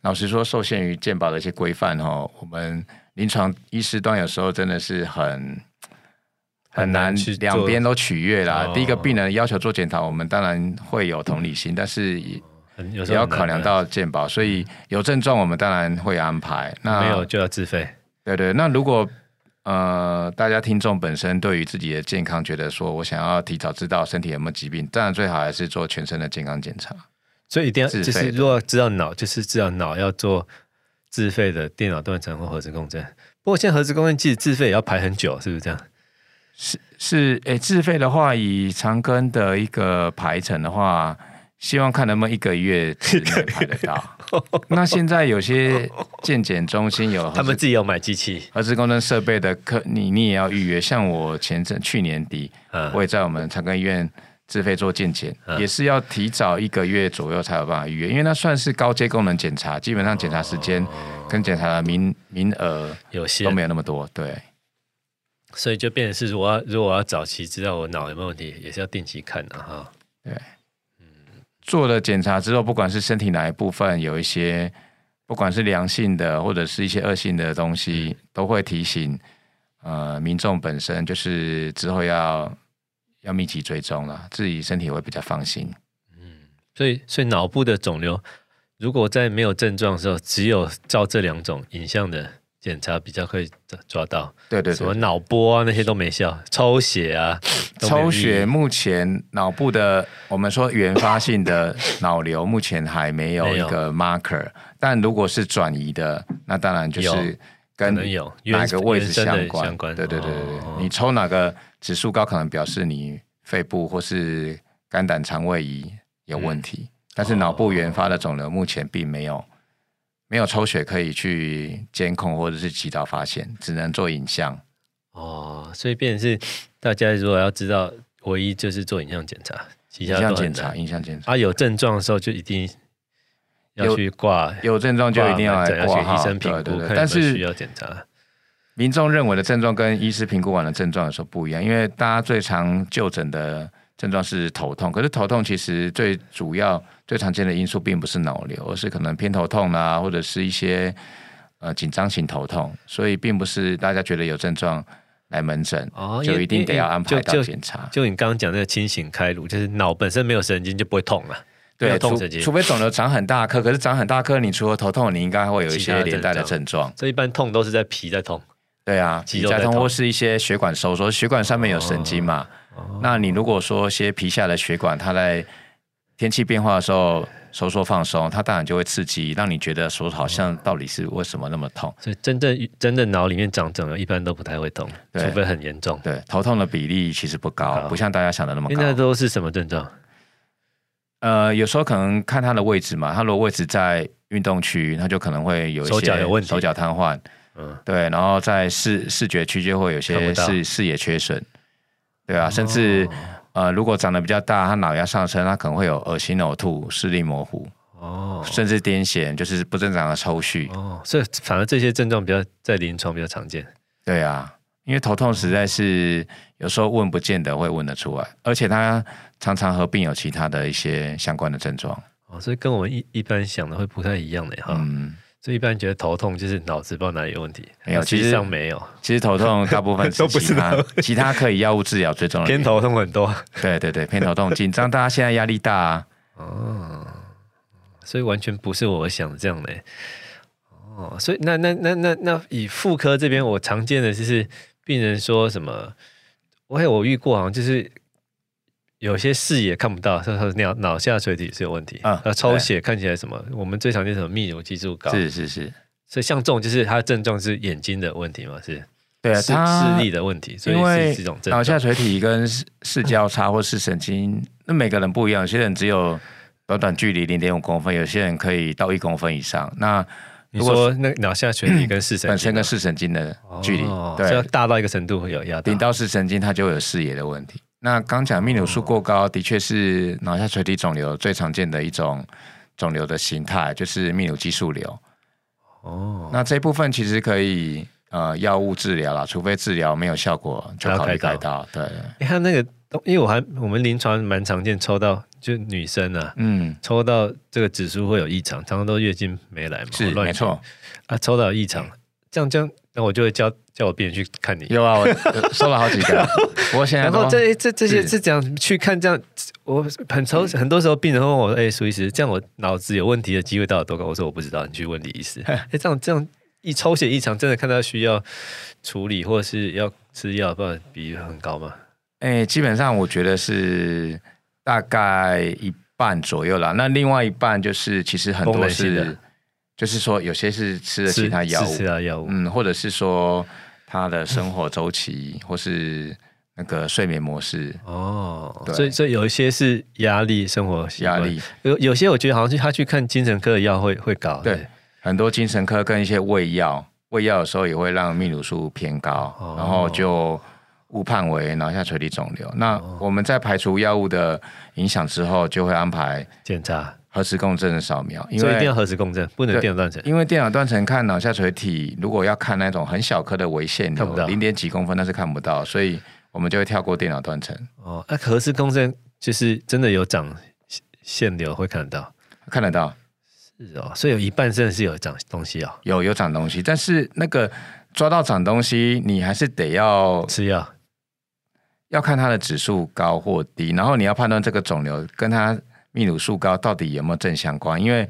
[SPEAKER 2] 老实说，受限于健保的一些规范哦，我们临床医师端有时候真的是很。很
[SPEAKER 1] 很难
[SPEAKER 2] 难
[SPEAKER 1] 去，做
[SPEAKER 2] 两边都取悦啦。
[SPEAKER 1] 哦
[SPEAKER 2] 第一个病人要求做检查，我们当然会有同理心，但是也
[SPEAKER 1] 很有时
[SPEAKER 2] 也
[SPEAKER 1] 候
[SPEAKER 2] 要
[SPEAKER 1] 很难
[SPEAKER 2] 考量
[SPEAKER 1] 的
[SPEAKER 2] 到健保，所以有症状我们当然会安排。那
[SPEAKER 1] 啊没有就要自费。
[SPEAKER 2] 对对，那如果呃，大家听众本身对于自己的健康觉得说，我想要提早知道身体有没有疾病，当然最好还是做全身的健康检查。
[SPEAKER 1] 所以一定要
[SPEAKER 2] 自费
[SPEAKER 1] 就是
[SPEAKER 2] 的
[SPEAKER 1] 如果知道脑，就是知道脑要做自费的电脑断层或核磁共振。不过现在核磁共振其实自费也要排很久，是不是这样？
[SPEAKER 2] 是，诶，自费的话，以长庚的一个排程的话，希望看能不能一个月之内排得到。那现在有些健检中心
[SPEAKER 1] <laughs>
[SPEAKER 2] 有
[SPEAKER 1] 他们自己有买机器，
[SPEAKER 2] 核磁共振设备的科，你你也要预约。像我前阵去年底，
[SPEAKER 1] 嗯
[SPEAKER 2] 我也在我们长庚医院自费做健检，也是要提早一个月左右才有办法预约，因为那算是高阶功能检查，基本上检查时间跟检查的名名额
[SPEAKER 1] 有些
[SPEAKER 2] 都没有那么多。对，
[SPEAKER 1] 所以就变成是我要如果我要早期知道我脑有没有问题，也是要定期看的、啊哈。
[SPEAKER 2] 做了检查之后，不管是身体哪一部分有一些，不管是良性的或者是一些恶性的东西，都会提醒呃民众本身就是之后要要密集追踪了，自己身体会比较放心。
[SPEAKER 1] 所以所以脑部的肿瘤，如果在没有症状的时候，只有照这两种影像的检查比较可以抓抓到，
[SPEAKER 2] 对对
[SPEAKER 1] 什么
[SPEAKER 2] 对，
[SPEAKER 1] 脑波啊那些都没效，抽血啊，都没有
[SPEAKER 2] 抽
[SPEAKER 1] 意义
[SPEAKER 2] 血目前脑部的我们说原发性的脑瘤目前还没有
[SPEAKER 1] 没
[SPEAKER 2] 一
[SPEAKER 1] 有
[SPEAKER 2] 个 marker，但如果是转移的，那当然就
[SPEAKER 1] 有
[SPEAKER 2] 是
[SPEAKER 1] 可
[SPEAKER 2] 跟
[SPEAKER 1] 能有
[SPEAKER 2] 哪个位置
[SPEAKER 1] 原生
[SPEAKER 2] 相
[SPEAKER 1] 的
[SPEAKER 2] 关？
[SPEAKER 1] 相关
[SPEAKER 2] 对对对对对，
[SPEAKER 1] 哦
[SPEAKER 2] 你抽哪个指
[SPEAKER 1] 嗯
[SPEAKER 2] 数高，可能表示你肺部或是肝胆肠胃移有问题。但是脑部原发的肿瘤目前并没有没有抽血可以去监控或者是及早发现，只能做影像。
[SPEAKER 1] 哦，所以变成是大家如果要知道，唯一就是做影像检查，其
[SPEAKER 2] 影
[SPEAKER 1] 他
[SPEAKER 2] 像
[SPEAKER 1] 都很
[SPEAKER 2] 检查，
[SPEAKER 1] 难。
[SPEAKER 2] 影像检查
[SPEAKER 1] 啊，有症状的时候就一定要
[SPEAKER 2] 有
[SPEAKER 1] 去挂，
[SPEAKER 2] 有症状就一定要
[SPEAKER 1] 挂门诊
[SPEAKER 2] 来
[SPEAKER 1] 要
[SPEAKER 2] 挂
[SPEAKER 1] 去
[SPEAKER 2] 号，
[SPEAKER 1] 医生评
[SPEAKER 2] 对
[SPEAKER 1] 估，
[SPEAKER 2] 对
[SPEAKER 1] 看
[SPEAKER 2] 对。
[SPEAKER 1] 有
[SPEAKER 2] 但
[SPEAKER 1] 没有需
[SPEAKER 2] 是
[SPEAKER 1] 要检查。
[SPEAKER 2] 民众认为的症状跟医师评估完的症状有时候不一样，因为大家最常就诊的症状是头痛，可是头痛其实最主要、最常见的因素并不是脑瘤，而是可能偏头痛啦、或者是一些呃紧张型头痛，所以并不是大家觉得有症状来门诊
[SPEAKER 1] 哦，因
[SPEAKER 2] 就
[SPEAKER 1] 为
[SPEAKER 2] 一定得要安排
[SPEAKER 1] 因
[SPEAKER 2] 到
[SPEAKER 1] 为就就
[SPEAKER 2] 检查。
[SPEAKER 1] 就你刚刚讲那个清醒开颅，就是脑本身没有神经就不会痛啊了，没
[SPEAKER 2] 对，
[SPEAKER 1] 有痛
[SPEAKER 2] 除
[SPEAKER 1] 神经
[SPEAKER 2] 除，非肿瘤长很大颗，可是长很大颗，你除了头痛，你应该会有一
[SPEAKER 1] 其他的
[SPEAKER 2] 些连带的
[SPEAKER 1] 症
[SPEAKER 2] 症状。
[SPEAKER 1] 所以一般痛都是在皮在痛。
[SPEAKER 2] 对啊，
[SPEAKER 1] 肌
[SPEAKER 2] 皮
[SPEAKER 1] 肉在
[SPEAKER 2] 下痛
[SPEAKER 1] 痛
[SPEAKER 2] 或是一些血管收缩，血管上面有神经
[SPEAKER 1] 哦
[SPEAKER 2] 嘛。那你如果说一些皮下的血管，它在天气变化的时候收缩放松，它当然就会刺激，让你觉得说好像
[SPEAKER 1] 哦
[SPEAKER 2] 到底是为什么那么痛。
[SPEAKER 1] 所以真正真正脑里面长肿瘤一般都不太会痛，
[SPEAKER 2] 对
[SPEAKER 1] 除非很严重。
[SPEAKER 2] 对，头痛的比例其实不高，
[SPEAKER 1] 好
[SPEAKER 2] 不像大家想的那么
[SPEAKER 1] 因为那
[SPEAKER 2] 高。
[SPEAKER 1] 都是什么症状？
[SPEAKER 2] 呃，有时候可能看它的位置嘛，它如果位置在运动区，它就可能会有一些
[SPEAKER 1] 手脚有问题
[SPEAKER 2] 手脚瘫痪。
[SPEAKER 1] 嗯
[SPEAKER 2] 对，然后在视视觉区就会有
[SPEAKER 1] 看不
[SPEAKER 2] 些
[SPEAKER 1] 到哦
[SPEAKER 2] 视视野缺损，对啊，甚至、呃，如果长得比较大，他脑压上升，他可能会有恶心、呕吐、视力模糊，
[SPEAKER 1] 哦
[SPEAKER 2] 甚至癫痫，就是不正常的抽搐。
[SPEAKER 1] 哦，所以反而这些症状比较在临床比较常见。
[SPEAKER 2] 对啊，因为头痛实在是有时候问不见得会问得出来，而且它常常合并有其他的一些相关的症状。
[SPEAKER 1] 哦，所以跟我们一一般想的会不太一样的哈。
[SPEAKER 2] 嗯，
[SPEAKER 1] 所以一般觉得头痛就是脑子不知道哪里有问题，
[SPEAKER 2] 没有
[SPEAKER 1] 实
[SPEAKER 2] 其
[SPEAKER 1] 际
[SPEAKER 2] 实
[SPEAKER 1] 上没有，
[SPEAKER 2] 其实头痛大部分是
[SPEAKER 3] 都不
[SPEAKER 2] 其
[SPEAKER 3] 是
[SPEAKER 2] 他其他可以药物治疗
[SPEAKER 1] <laughs>
[SPEAKER 2] 最重要的
[SPEAKER 3] 偏
[SPEAKER 2] 原因。
[SPEAKER 3] 头痛很多，
[SPEAKER 2] 对对对，偏头痛、紧张，大家现在压力大啊。
[SPEAKER 1] 所以完全不是我想的这样的。哦，所以那那那那那以妇科这边，我常见的就是病人说什么，我有我遇过，好像就是有些视野看不到，他说脑脑下垂体是有问题，
[SPEAKER 2] 啊
[SPEAKER 1] 呃，抽血看起来什么，我们最常见什么泌乳激素高，
[SPEAKER 2] 是是是，
[SPEAKER 1] 所以像这种就是它的症状是眼睛的问题嘛，是
[SPEAKER 2] 对啊，
[SPEAKER 1] 视
[SPEAKER 2] 它
[SPEAKER 1] 视力的问题，所以
[SPEAKER 2] 因为
[SPEAKER 1] 是这种症
[SPEAKER 2] 脑
[SPEAKER 1] 状。
[SPEAKER 2] 下垂体跟视视交叉或视神经，那每个人不一样，有些人只有短短距离零点五公分，有些人可以到一公分以上。那
[SPEAKER 1] 你
[SPEAKER 2] 如果
[SPEAKER 1] 说那个脑下垂体跟视神经
[SPEAKER 2] 本身跟
[SPEAKER 1] 啊
[SPEAKER 2] 视神经的距离，
[SPEAKER 1] 哦所以要
[SPEAKER 2] 对，
[SPEAKER 1] 大到一个程度会有压到
[SPEAKER 2] 顶。到视神经它就会有视野的问题。那刚讲泌乳素过高，的确是脑下垂体肿瘤最常见的一种肿瘤的形态，就是泌乳激素瘤。
[SPEAKER 1] 哦，
[SPEAKER 2] 那这部分其实可以呃药物治疗啦，除非治疗没有效果，就
[SPEAKER 1] 要
[SPEAKER 2] 考虑
[SPEAKER 1] 开
[SPEAKER 2] 开刀。对，
[SPEAKER 1] 你看那个东，因为我还我们临床蛮常见抽到，就女生啊，
[SPEAKER 2] 嗯，
[SPEAKER 1] 抽到这个指数会有异常，常常都月经没来嘛，
[SPEAKER 2] 是
[SPEAKER 1] 我乱
[SPEAKER 2] 没错。
[SPEAKER 1] 啊，抽到有异常，这样这样，那我就会叫叫我病人去看你。
[SPEAKER 2] 有啊，我呃收了好几
[SPEAKER 1] <laughs>
[SPEAKER 2] 个，不过现在
[SPEAKER 1] 然
[SPEAKER 2] 都
[SPEAKER 1] 后这这这些
[SPEAKER 2] 是嗯
[SPEAKER 1] 是这样去看，这样我很抽，很多时候病人会问我，哎、苏医师，这样我脑子有问题的机会到底有多高？我说我不知道，你去问李医
[SPEAKER 2] <laughs>
[SPEAKER 1] 师。哎、这样这样一抽血异常，真的看到需要处理或是要吃药，不然比例很高吗？
[SPEAKER 2] 哎、基本上我觉得是大概一半左右啦。那另外一半就是其实很
[SPEAKER 1] 功
[SPEAKER 2] 多
[SPEAKER 1] 能性
[SPEAKER 2] 是
[SPEAKER 1] 的，
[SPEAKER 2] 就是说有些是吃了
[SPEAKER 1] 吃
[SPEAKER 2] 其他
[SPEAKER 1] 吃
[SPEAKER 2] 药
[SPEAKER 1] 啊
[SPEAKER 2] 物
[SPEAKER 1] 其，他药物。
[SPEAKER 2] 嗯，或者是说他的生活周期或是那个睡眠模式
[SPEAKER 1] 哦，
[SPEAKER 2] 对
[SPEAKER 1] 所以所以有一些是压力，生活习
[SPEAKER 2] 压
[SPEAKER 1] 惯，
[SPEAKER 2] 力，
[SPEAKER 1] 有有些我觉得好像是他去看精神科的药会会高，
[SPEAKER 2] 对，很多精神科跟一些胃药，胃药有时候也会让泌乳素偏高，
[SPEAKER 1] 哦
[SPEAKER 2] 然后就误判为脑下垂体肿瘤。那
[SPEAKER 1] 哦
[SPEAKER 2] 我们在排除药物的影响之后，就会安排
[SPEAKER 1] 检查，
[SPEAKER 2] 核磁共振的扫描，因
[SPEAKER 1] 所以一定
[SPEAKER 2] 为
[SPEAKER 1] 要核磁共振，不能
[SPEAKER 2] 对
[SPEAKER 1] 电脑断层。
[SPEAKER 2] 因为电脑断层看脑下垂体，如果要看那种很小颗的微线
[SPEAKER 1] 看不到
[SPEAKER 2] 瘤，零点几公分那是看不到，所以我们就会跳过电脑断层，
[SPEAKER 1] 哦，那、核磁共振就是真的有长腺腺瘤会看得到，
[SPEAKER 2] 看得到
[SPEAKER 1] 是哦，所以有一半真的是有长东西哦，
[SPEAKER 2] 有有长东西，但是那个抓到长东西，你还是得要
[SPEAKER 1] 吃药
[SPEAKER 2] 要看它的指数高或低，然后你要判断这个肿瘤跟它泌乳素高到底有没有正相关，因为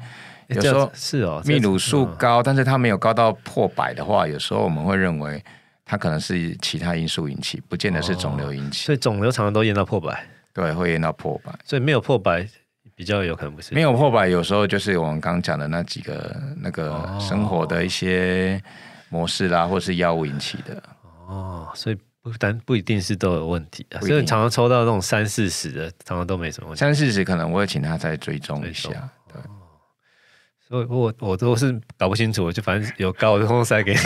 [SPEAKER 1] 诶
[SPEAKER 2] 有
[SPEAKER 1] 这
[SPEAKER 2] 时候
[SPEAKER 1] 样子是哦，这
[SPEAKER 2] 泌
[SPEAKER 1] 样子
[SPEAKER 2] 乳素
[SPEAKER 1] 嗯
[SPEAKER 2] 高，但是它没有高到破百的话，有时候我们会认为它可能是其他因素引起，不见得是肿瘤引起，
[SPEAKER 1] 所以肿瘤常常都验到破百，
[SPEAKER 2] 对，会验到破百。
[SPEAKER 1] 所以没有破百比较有可能不是
[SPEAKER 2] 没有破百，有时候就是我们刚刚讲的那几个那
[SPEAKER 1] 哦
[SPEAKER 2] 个生活的一些模式啦，或是药物引起的。
[SPEAKER 1] 哦，所以不单不一定是都有问题啊，
[SPEAKER 2] 不一定
[SPEAKER 1] 所以常常抽到那种三四十的，常常都没什么问题。
[SPEAKER 2] 三四十可能我会请他再追踪一
[SPEAKER 1] 追
[SPEAKER 2] 下
[SPEAKER 1] 踪。
[SPEAKER 2] 对，
[SPEAKER 1] 所以我我都是搞不清楚，我就反正有高我就通通塞给你。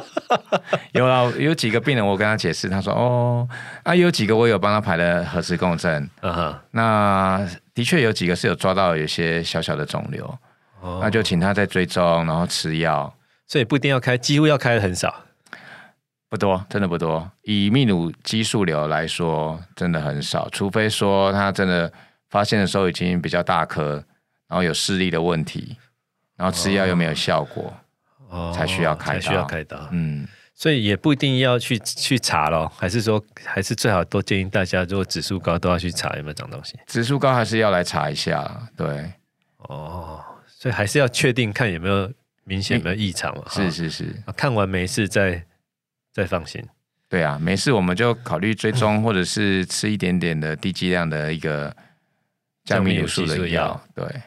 [SPEAKER 1] <laughs>
[SPEAKER 2] 有啦，有几个病人我跟他解释，他说哦，啊，有几个我有帮他排了核磁共振，
[SPEAKER 1] 啊哈，
[SPEAKER 2] 那的确有几个是有抓到有一些小小的肿瘤，
[SPEAKER 1] 哦
[SPEAKER 2] 那就请他再追踪，然后吃药，
[SPEAKER 1] 所以不一定要开，几乎要开的很少。
[SPEAKER 2] 不多，真的不多。以泌乳激素瘤来说，真的很少，除非说他真的发现的时候已经比较大颗，然后有视力的问题，然后吃药又没有效果，
[SPEAKER 1] 哦
[SPEAKER 2] 才需要开刀
[SPEAKER 1] 才需要开刀，
[SPEAKER 2] 嗯。
[SPEAKER 1] 所以也不一定要去去查咯，还是说，还是最好都建议大家，如果指数高都要去查有没有长东西。
[SPEAKER 2] 指数高还是要来查一下，对，
[SPEAKER 1] 哦，所以还是要确定看有没有明显有没有异常嘛。哈
[SPEAKER 2] 嗯是，是是，
[SPEAKER 1] 啊看完没事再再放心。
[SPEAKER 2] 对啊，没事，我们就考虑追踪或者是吃一点点的低剂量的一个加
[SPEAKER 1] 降
[SPEAKER 2] 泌
[SPEAKER 1] 泌
[SPEAKER 2] 乳
[SPEAKER 1] 乳
[SPEAKER 2] 素
[SPEAKER 1] 激素
[SPEAKER 2] 的药
[SPEAKER 1] 药，嗯
[SPEAKER 2] 对，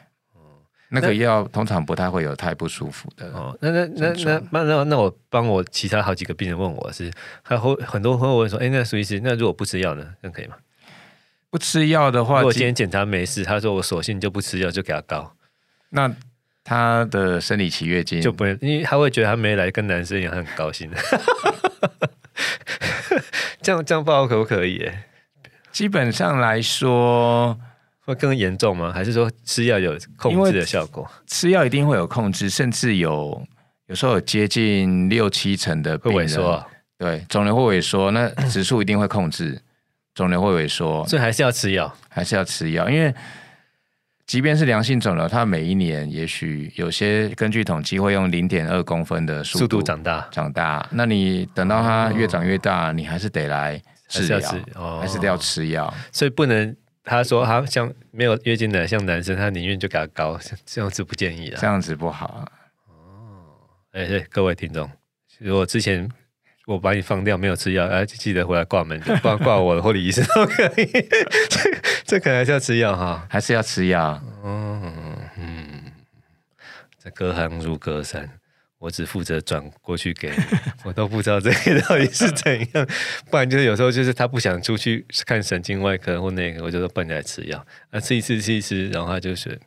[SPEAKER 2] 那个药通常不太会有太不舒服的，
[SPEAKER 1] 哦，那那那那那那那我帮我其他好几个病人问我是，还会很多会问说，哎，那苏医师，那如果不吃药呢，那可以吗？
[SPEAKER 2] 不吃药的
[SPEAKER 1] 如
[SPEAKER 2] 话，
[SPEAKER 1] 果
[SPEAKER 2] 基
[SPEAKER 1] 今天检查没事，他说我索性就不吃药，就给他高，
[SPEAKER 2] 那他的生理期月经
[SPEAKER 1] 就不能，因为他会觉得他没来跟男生一样他很高兴。 <laughs> 这样这样报可不可以耶？
[SPEAKER 2] 基本上来说，
[SPEAKER 1] 会更严重吗？还是说吃药有
[SPEAKER 2] 因
[SPEAKER 1] 控
[SPEAKER 2] 为
[SPEAKER 1] 制的效果？
[SPEAKER 2] 吃药一定会有控制，甚至有有时候有接近六七成的
[SPEAKER 1] 会
[SPEAKER 2] 病人
[SPEAKER 1] 萎缩啊、
[SPEAKER 2] 对，肿瘤会萎缩，那指数一定会控制，肿瘤会萎缩，
[SPEAKER 1] 所以还是要吃药。
[SPEAKER 2] 还是要吃药，因为即便是良性肿瘤，它每一年也许有些根据统计会用零点二公分的速
[SPEAKER 1] 速度长大，
[SPEAKER 2] 长大，那你等到它越长越大，你还是得来
[SPEAKER 1] 还
[SPEAKER 2] 治
[SPEAKER 1] 是要
[SPEAKER 2] 疗，哎
[SPEAKER 1] 吃哦，
[SPEAKER 2] 还是得要吃药。
[SPEAKER 1] 所以不能他说他像没有月经的像男生，他宁愿就给他高， <laughs> 这样子不建议
[SPEAKER 2] 这
[SPEAKER 1] 啊。
[SPEAKER 2] 样子不好。
[SPEAKER 1] 哎，对，各位听众，如果之前我把你放掉没有吃药，哎，记得回来挂门诊，挂挂我的护理医生都可以。 <laughs> 这这可能还是要吃药哈。
[SPEAKER 2] 还是要吃药，
[SPEAKER 1] 嗯嗯，这隔行如隔山。我只负责转过去给你， <laughs> 我都不知道这个到底是怎样。不然就是有时候就是他不想出去看神经外科或那个，我就说帮你来吃药。啊，吃一次吃一次，然后他就是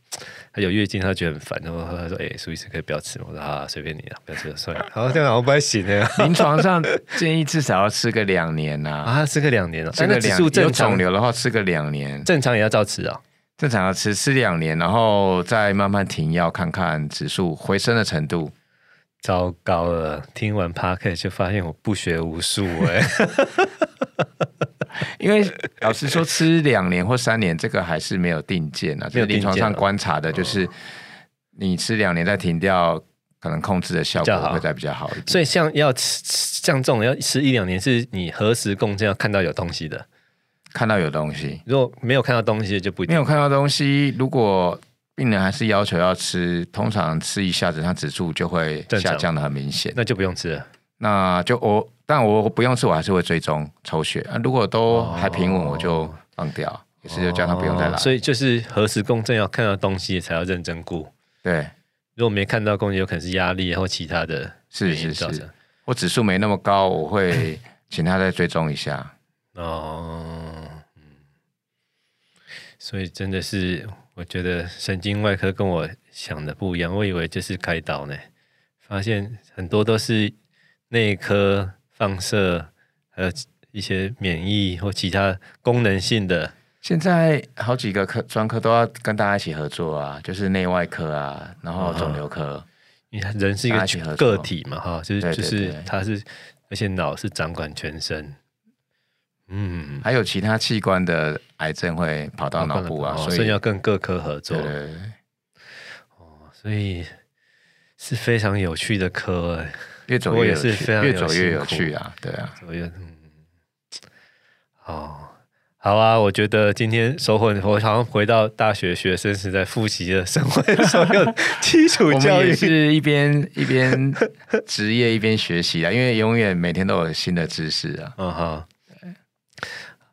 [SPEAKER 1] 他有月经，他觉得很烦，然后他说：“哎、苏医师可以不要吃吗？”我说：“好、啊，随便你啊，不要吃就算了。”然后这样好像不太行啊的、
[SPEAKER 2] 临床上建议至少要吃个两年呐、
[SPEAKER 1] 啊，吃个两年了、喔，
[SPEAKER 2] 吃个
[SPEAKER 1] 但那指
[SPEAKER 2] 两
[SPEAKER 1] 数
[SPEAKER 2] 有
[SPEAKER 1] 正
[SPEAKER 2] 肿
[SPEAKER 1] 常，
[SPEAKER 2] 瘤的话吃个两年，
[SPEAKER 1] 正常也要照吃啊、
[SPEAKER 2] 正常要吃吃两年，然后再慢慢停药，看看指数回升的程度。
[SPEAKER 1] 糟糕了，听完 p a r k 就发现我不学无术哎、
[SPEAKER 2] 因为老实说，吃两年或三年这个还是没有定见啊，
[SPEAKER 1] 没
[SPEAKER 2] 这
[SPEAKER 1] 有
[SPEAKER 2] 是
[SPEAKER 1] 定
[SPEAKER 2] 临
[SPEAKER 1] 见哦
[SPEAKER 2] 床上观察的，就是你吃两年再停掉，可能控制的效
[SPEAKER 1] 比较好
[SPEAKER 2] 果会再比较好一点。
[SPEAKER 1] 所以像要吃吃像这种要吃一两年，是你何时共振要看到有东西的，
[SPEAKER 2] 看到有东西，
[SPEAKER 1] 如果没有看到东西就不一
[SPEAKER 2] 没
[SPEAKER 1] 定。
[SPEAKER 2] 有看到东西，如果病人还是要求要吃，通常吃一下子，它指数就会
[SPEAKER 1] 正常
[SPEAKER 2] 下降的很明显。
[SPEAKER 1] 那就不用吃了，
[SPEAKER 2] 那就我，但我不用吃，我还是会追踪抽血。啊、如果都还平稳，
[SPEAKER 1] 哦
[SPEAKER 2] 我就放掉，也是就叫他不用再来。
[SPEAKER 1] 哦所以就是核磁共振要看到东西才要认真估，
[SPEAKER 2] 对，
[SPEAKER 1] 如果没看到东西，有可能是压力或其他的
[SPEAKER 2] 是
[SPEAKER 1] 原因
[SPEAKER 2] 是
[SPEAKER 1] 造成
[SPEAKER 2] 是，我指数没那么高，我 <laughs> 会请他再追踪一下。
[SPEAKER 1] 哦，嗯，所以真的是，我觉得神经外科跟我想的不一样，我以为就是开刀呢，发现很多都是内科、放射，还有一些免疫或其他功能性的。
[SPEAKER 2] 现在好几个科专科都要跟大家一起合作啊，就是内外科啊，然后肿瘤科，
[SPEAKER 1] 因为人是一
[SPEAKER 2] 大家一起合
[SPEAKER 1] 个个
[SPEAKER 2] 作
[SPEAKER 1] 体嘛，哈，就是
[SPEAKER 2] 对对
[SPEAKER 1] 就是
[SPEAKER 2] 对
[SPEAKER 1] 他是，而且脑是掌管全身。嗯，
[SPEAKER 2] 还有其他器官的癌症会跑到脑部啊，
[SPEAKER 1] 哦
[SPEAKER 2] 所
[SPEAKER 1] 所以
[SPEAKER 2] 以
[SPEAKER 1] 要跟各科合作。
[SPEAKER 2] 对对对
[SPEAKER 1] 所以是非常有趣的科哎、
[SPEAKER 2] 越走
[SPEAKER 1] 我
[SPEAKER 2] 越
[SPEAKER 1] 也
[SPEAKER 2] 有
[SPEAKER 1] 是
[SPEAKER 2] 趣，
[SPEAKER 1] 非常
[SPEAKER 2] 越
[SPEAKER 1] 有
[SPEAKER 2] 走越有
[SPEAKER 1] 辛苦
[SPEAKER 2] 趣啊，对啊，
[SPEAKER 1] 所以嗯，哦，好啊，我觉得今天收获，我好像回到大学学生时代复习了社
[SPEAKER 2] <laughs>
[SPEAKER 1] 会所有基础
[SPEAKER 2] 我
[SPEAKER 1] 教
[SPEAKER 2] 们也
[SPEAKER 1] 育。
[SPEAKER 2] 是一边一边职业一边学习啊，因为永远每天都有新的知识啊。
[SPEAKER 1] 嗯好，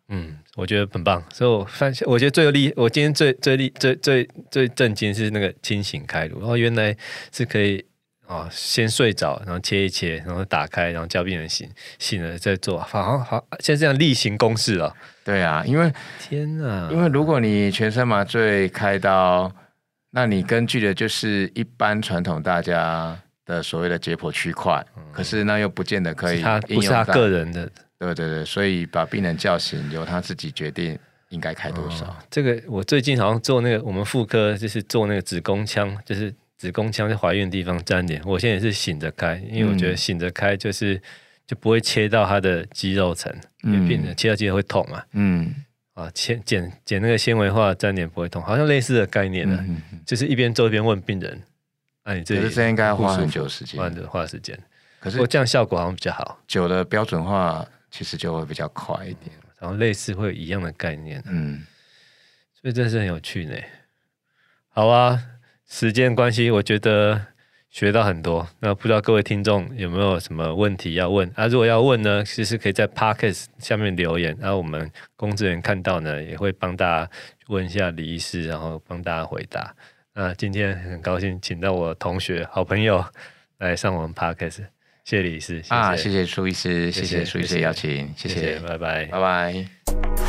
[SPEAKER 1] 嗯，我觉得很棒。所以我发现，我觉得最有厉，我今天最最厉最最最震惊是那个清醒开颅，然后原来是可以哦，先睡着，然后切一切，然后打开，然后叫病人醒，醒了再做，好像好像这样例行公事了。
[SPEAKER 2] 对啊，因为
[SPEAKER 1] 天哪！
[SPEAKER 2] 因为如果你全身麻醉开刀，那你根据的就是一般传统大家的所谓的解剖区块，可是那又嗯不见得可以
[SPEAKER 1] 是他
[SPEAKER 2] 应
[SPEAKER 1] 不是
[SPEAKER 2] 用
[SPEAKER 1] 他
[SPEAKER 2] 到。
[SPEAKER 1] 个人的，
[SPEAKER 2] 对对对，所以把病人叫醒，由他自己决定应该开多少。
[SPEAKER 1] 这个我最近好像做那个我们妇科就是做那个子宫腔，就是子宫腔在怀孕的地方沾点，我现在也是醒着开，因为我觉得
[SPEAKER 2] 嗯
[SPEAKER 1] 醒着开就是、就不会切到他的肌肉层，因
[SPEAKER 2] 嗯
[SPEAKER 1] 为病人切到肌肉会痛嘛。
[SPEAKER 2] 嗯，
[SPEAKER 1] 啊，切剪剪那个纤维化粘连不会痛，好像类似的概念呢、啊
[SPEAKER 2] 嗯嗯
[SPEAKER 1] 就是一边做一边问病人，啊，你这
[SPEAKER 2] 可
[SPEAKER 1] 里
[SPEAKER 2] 是这应该花很
[SPEAKER 1] 不舒
[SPEAKER 2] 久时
[SPEAKER 1] 服，花
[SPEAKER 2] 间。
[SPEAKER 1] 很花时间，
[SPEAKER 2] 可
[SPEAKER 1] 不
[SPEAKER 2] 是
[SPEAKER 1] 过这样效果好像比较好，
[SPEAKER 2] 久了标准化，其实就会比较快一点。
[SPEAKER 1] 然后类似会有一样的概念，
[SPEAKER 2] 嗯，
[SPEAKER 1] 所以真是很有趣呢。好啊，时间关系，我觉得学到很多。那不知道各位听众有没有什么问题要问啊？如果要问呢，其实可以在 Podcast 下面留言，然后我们工作人员看到呢，也会帮大家问一下李医师，然后帮大家回答。那今天很高兴请到我同学、好朋友来上我们 Podcast，谢谢李医师
[SPEAKER 2] 啊，谢谢苏医师，
[SPEAKER 1] 谢
[SPEAKER 2] 谢
[SPEAKER 1] 谢
[SPEAKER 2] 谢苏医
[SPEAKER 1] 谢
[SPEAKER 2] 师
[SPEAKER 1] 谢
[SPEAKER 2] 邀请，谢谢，
[SPEAKER 1] 拜拜。
[SPEAKER 2] 拜拜。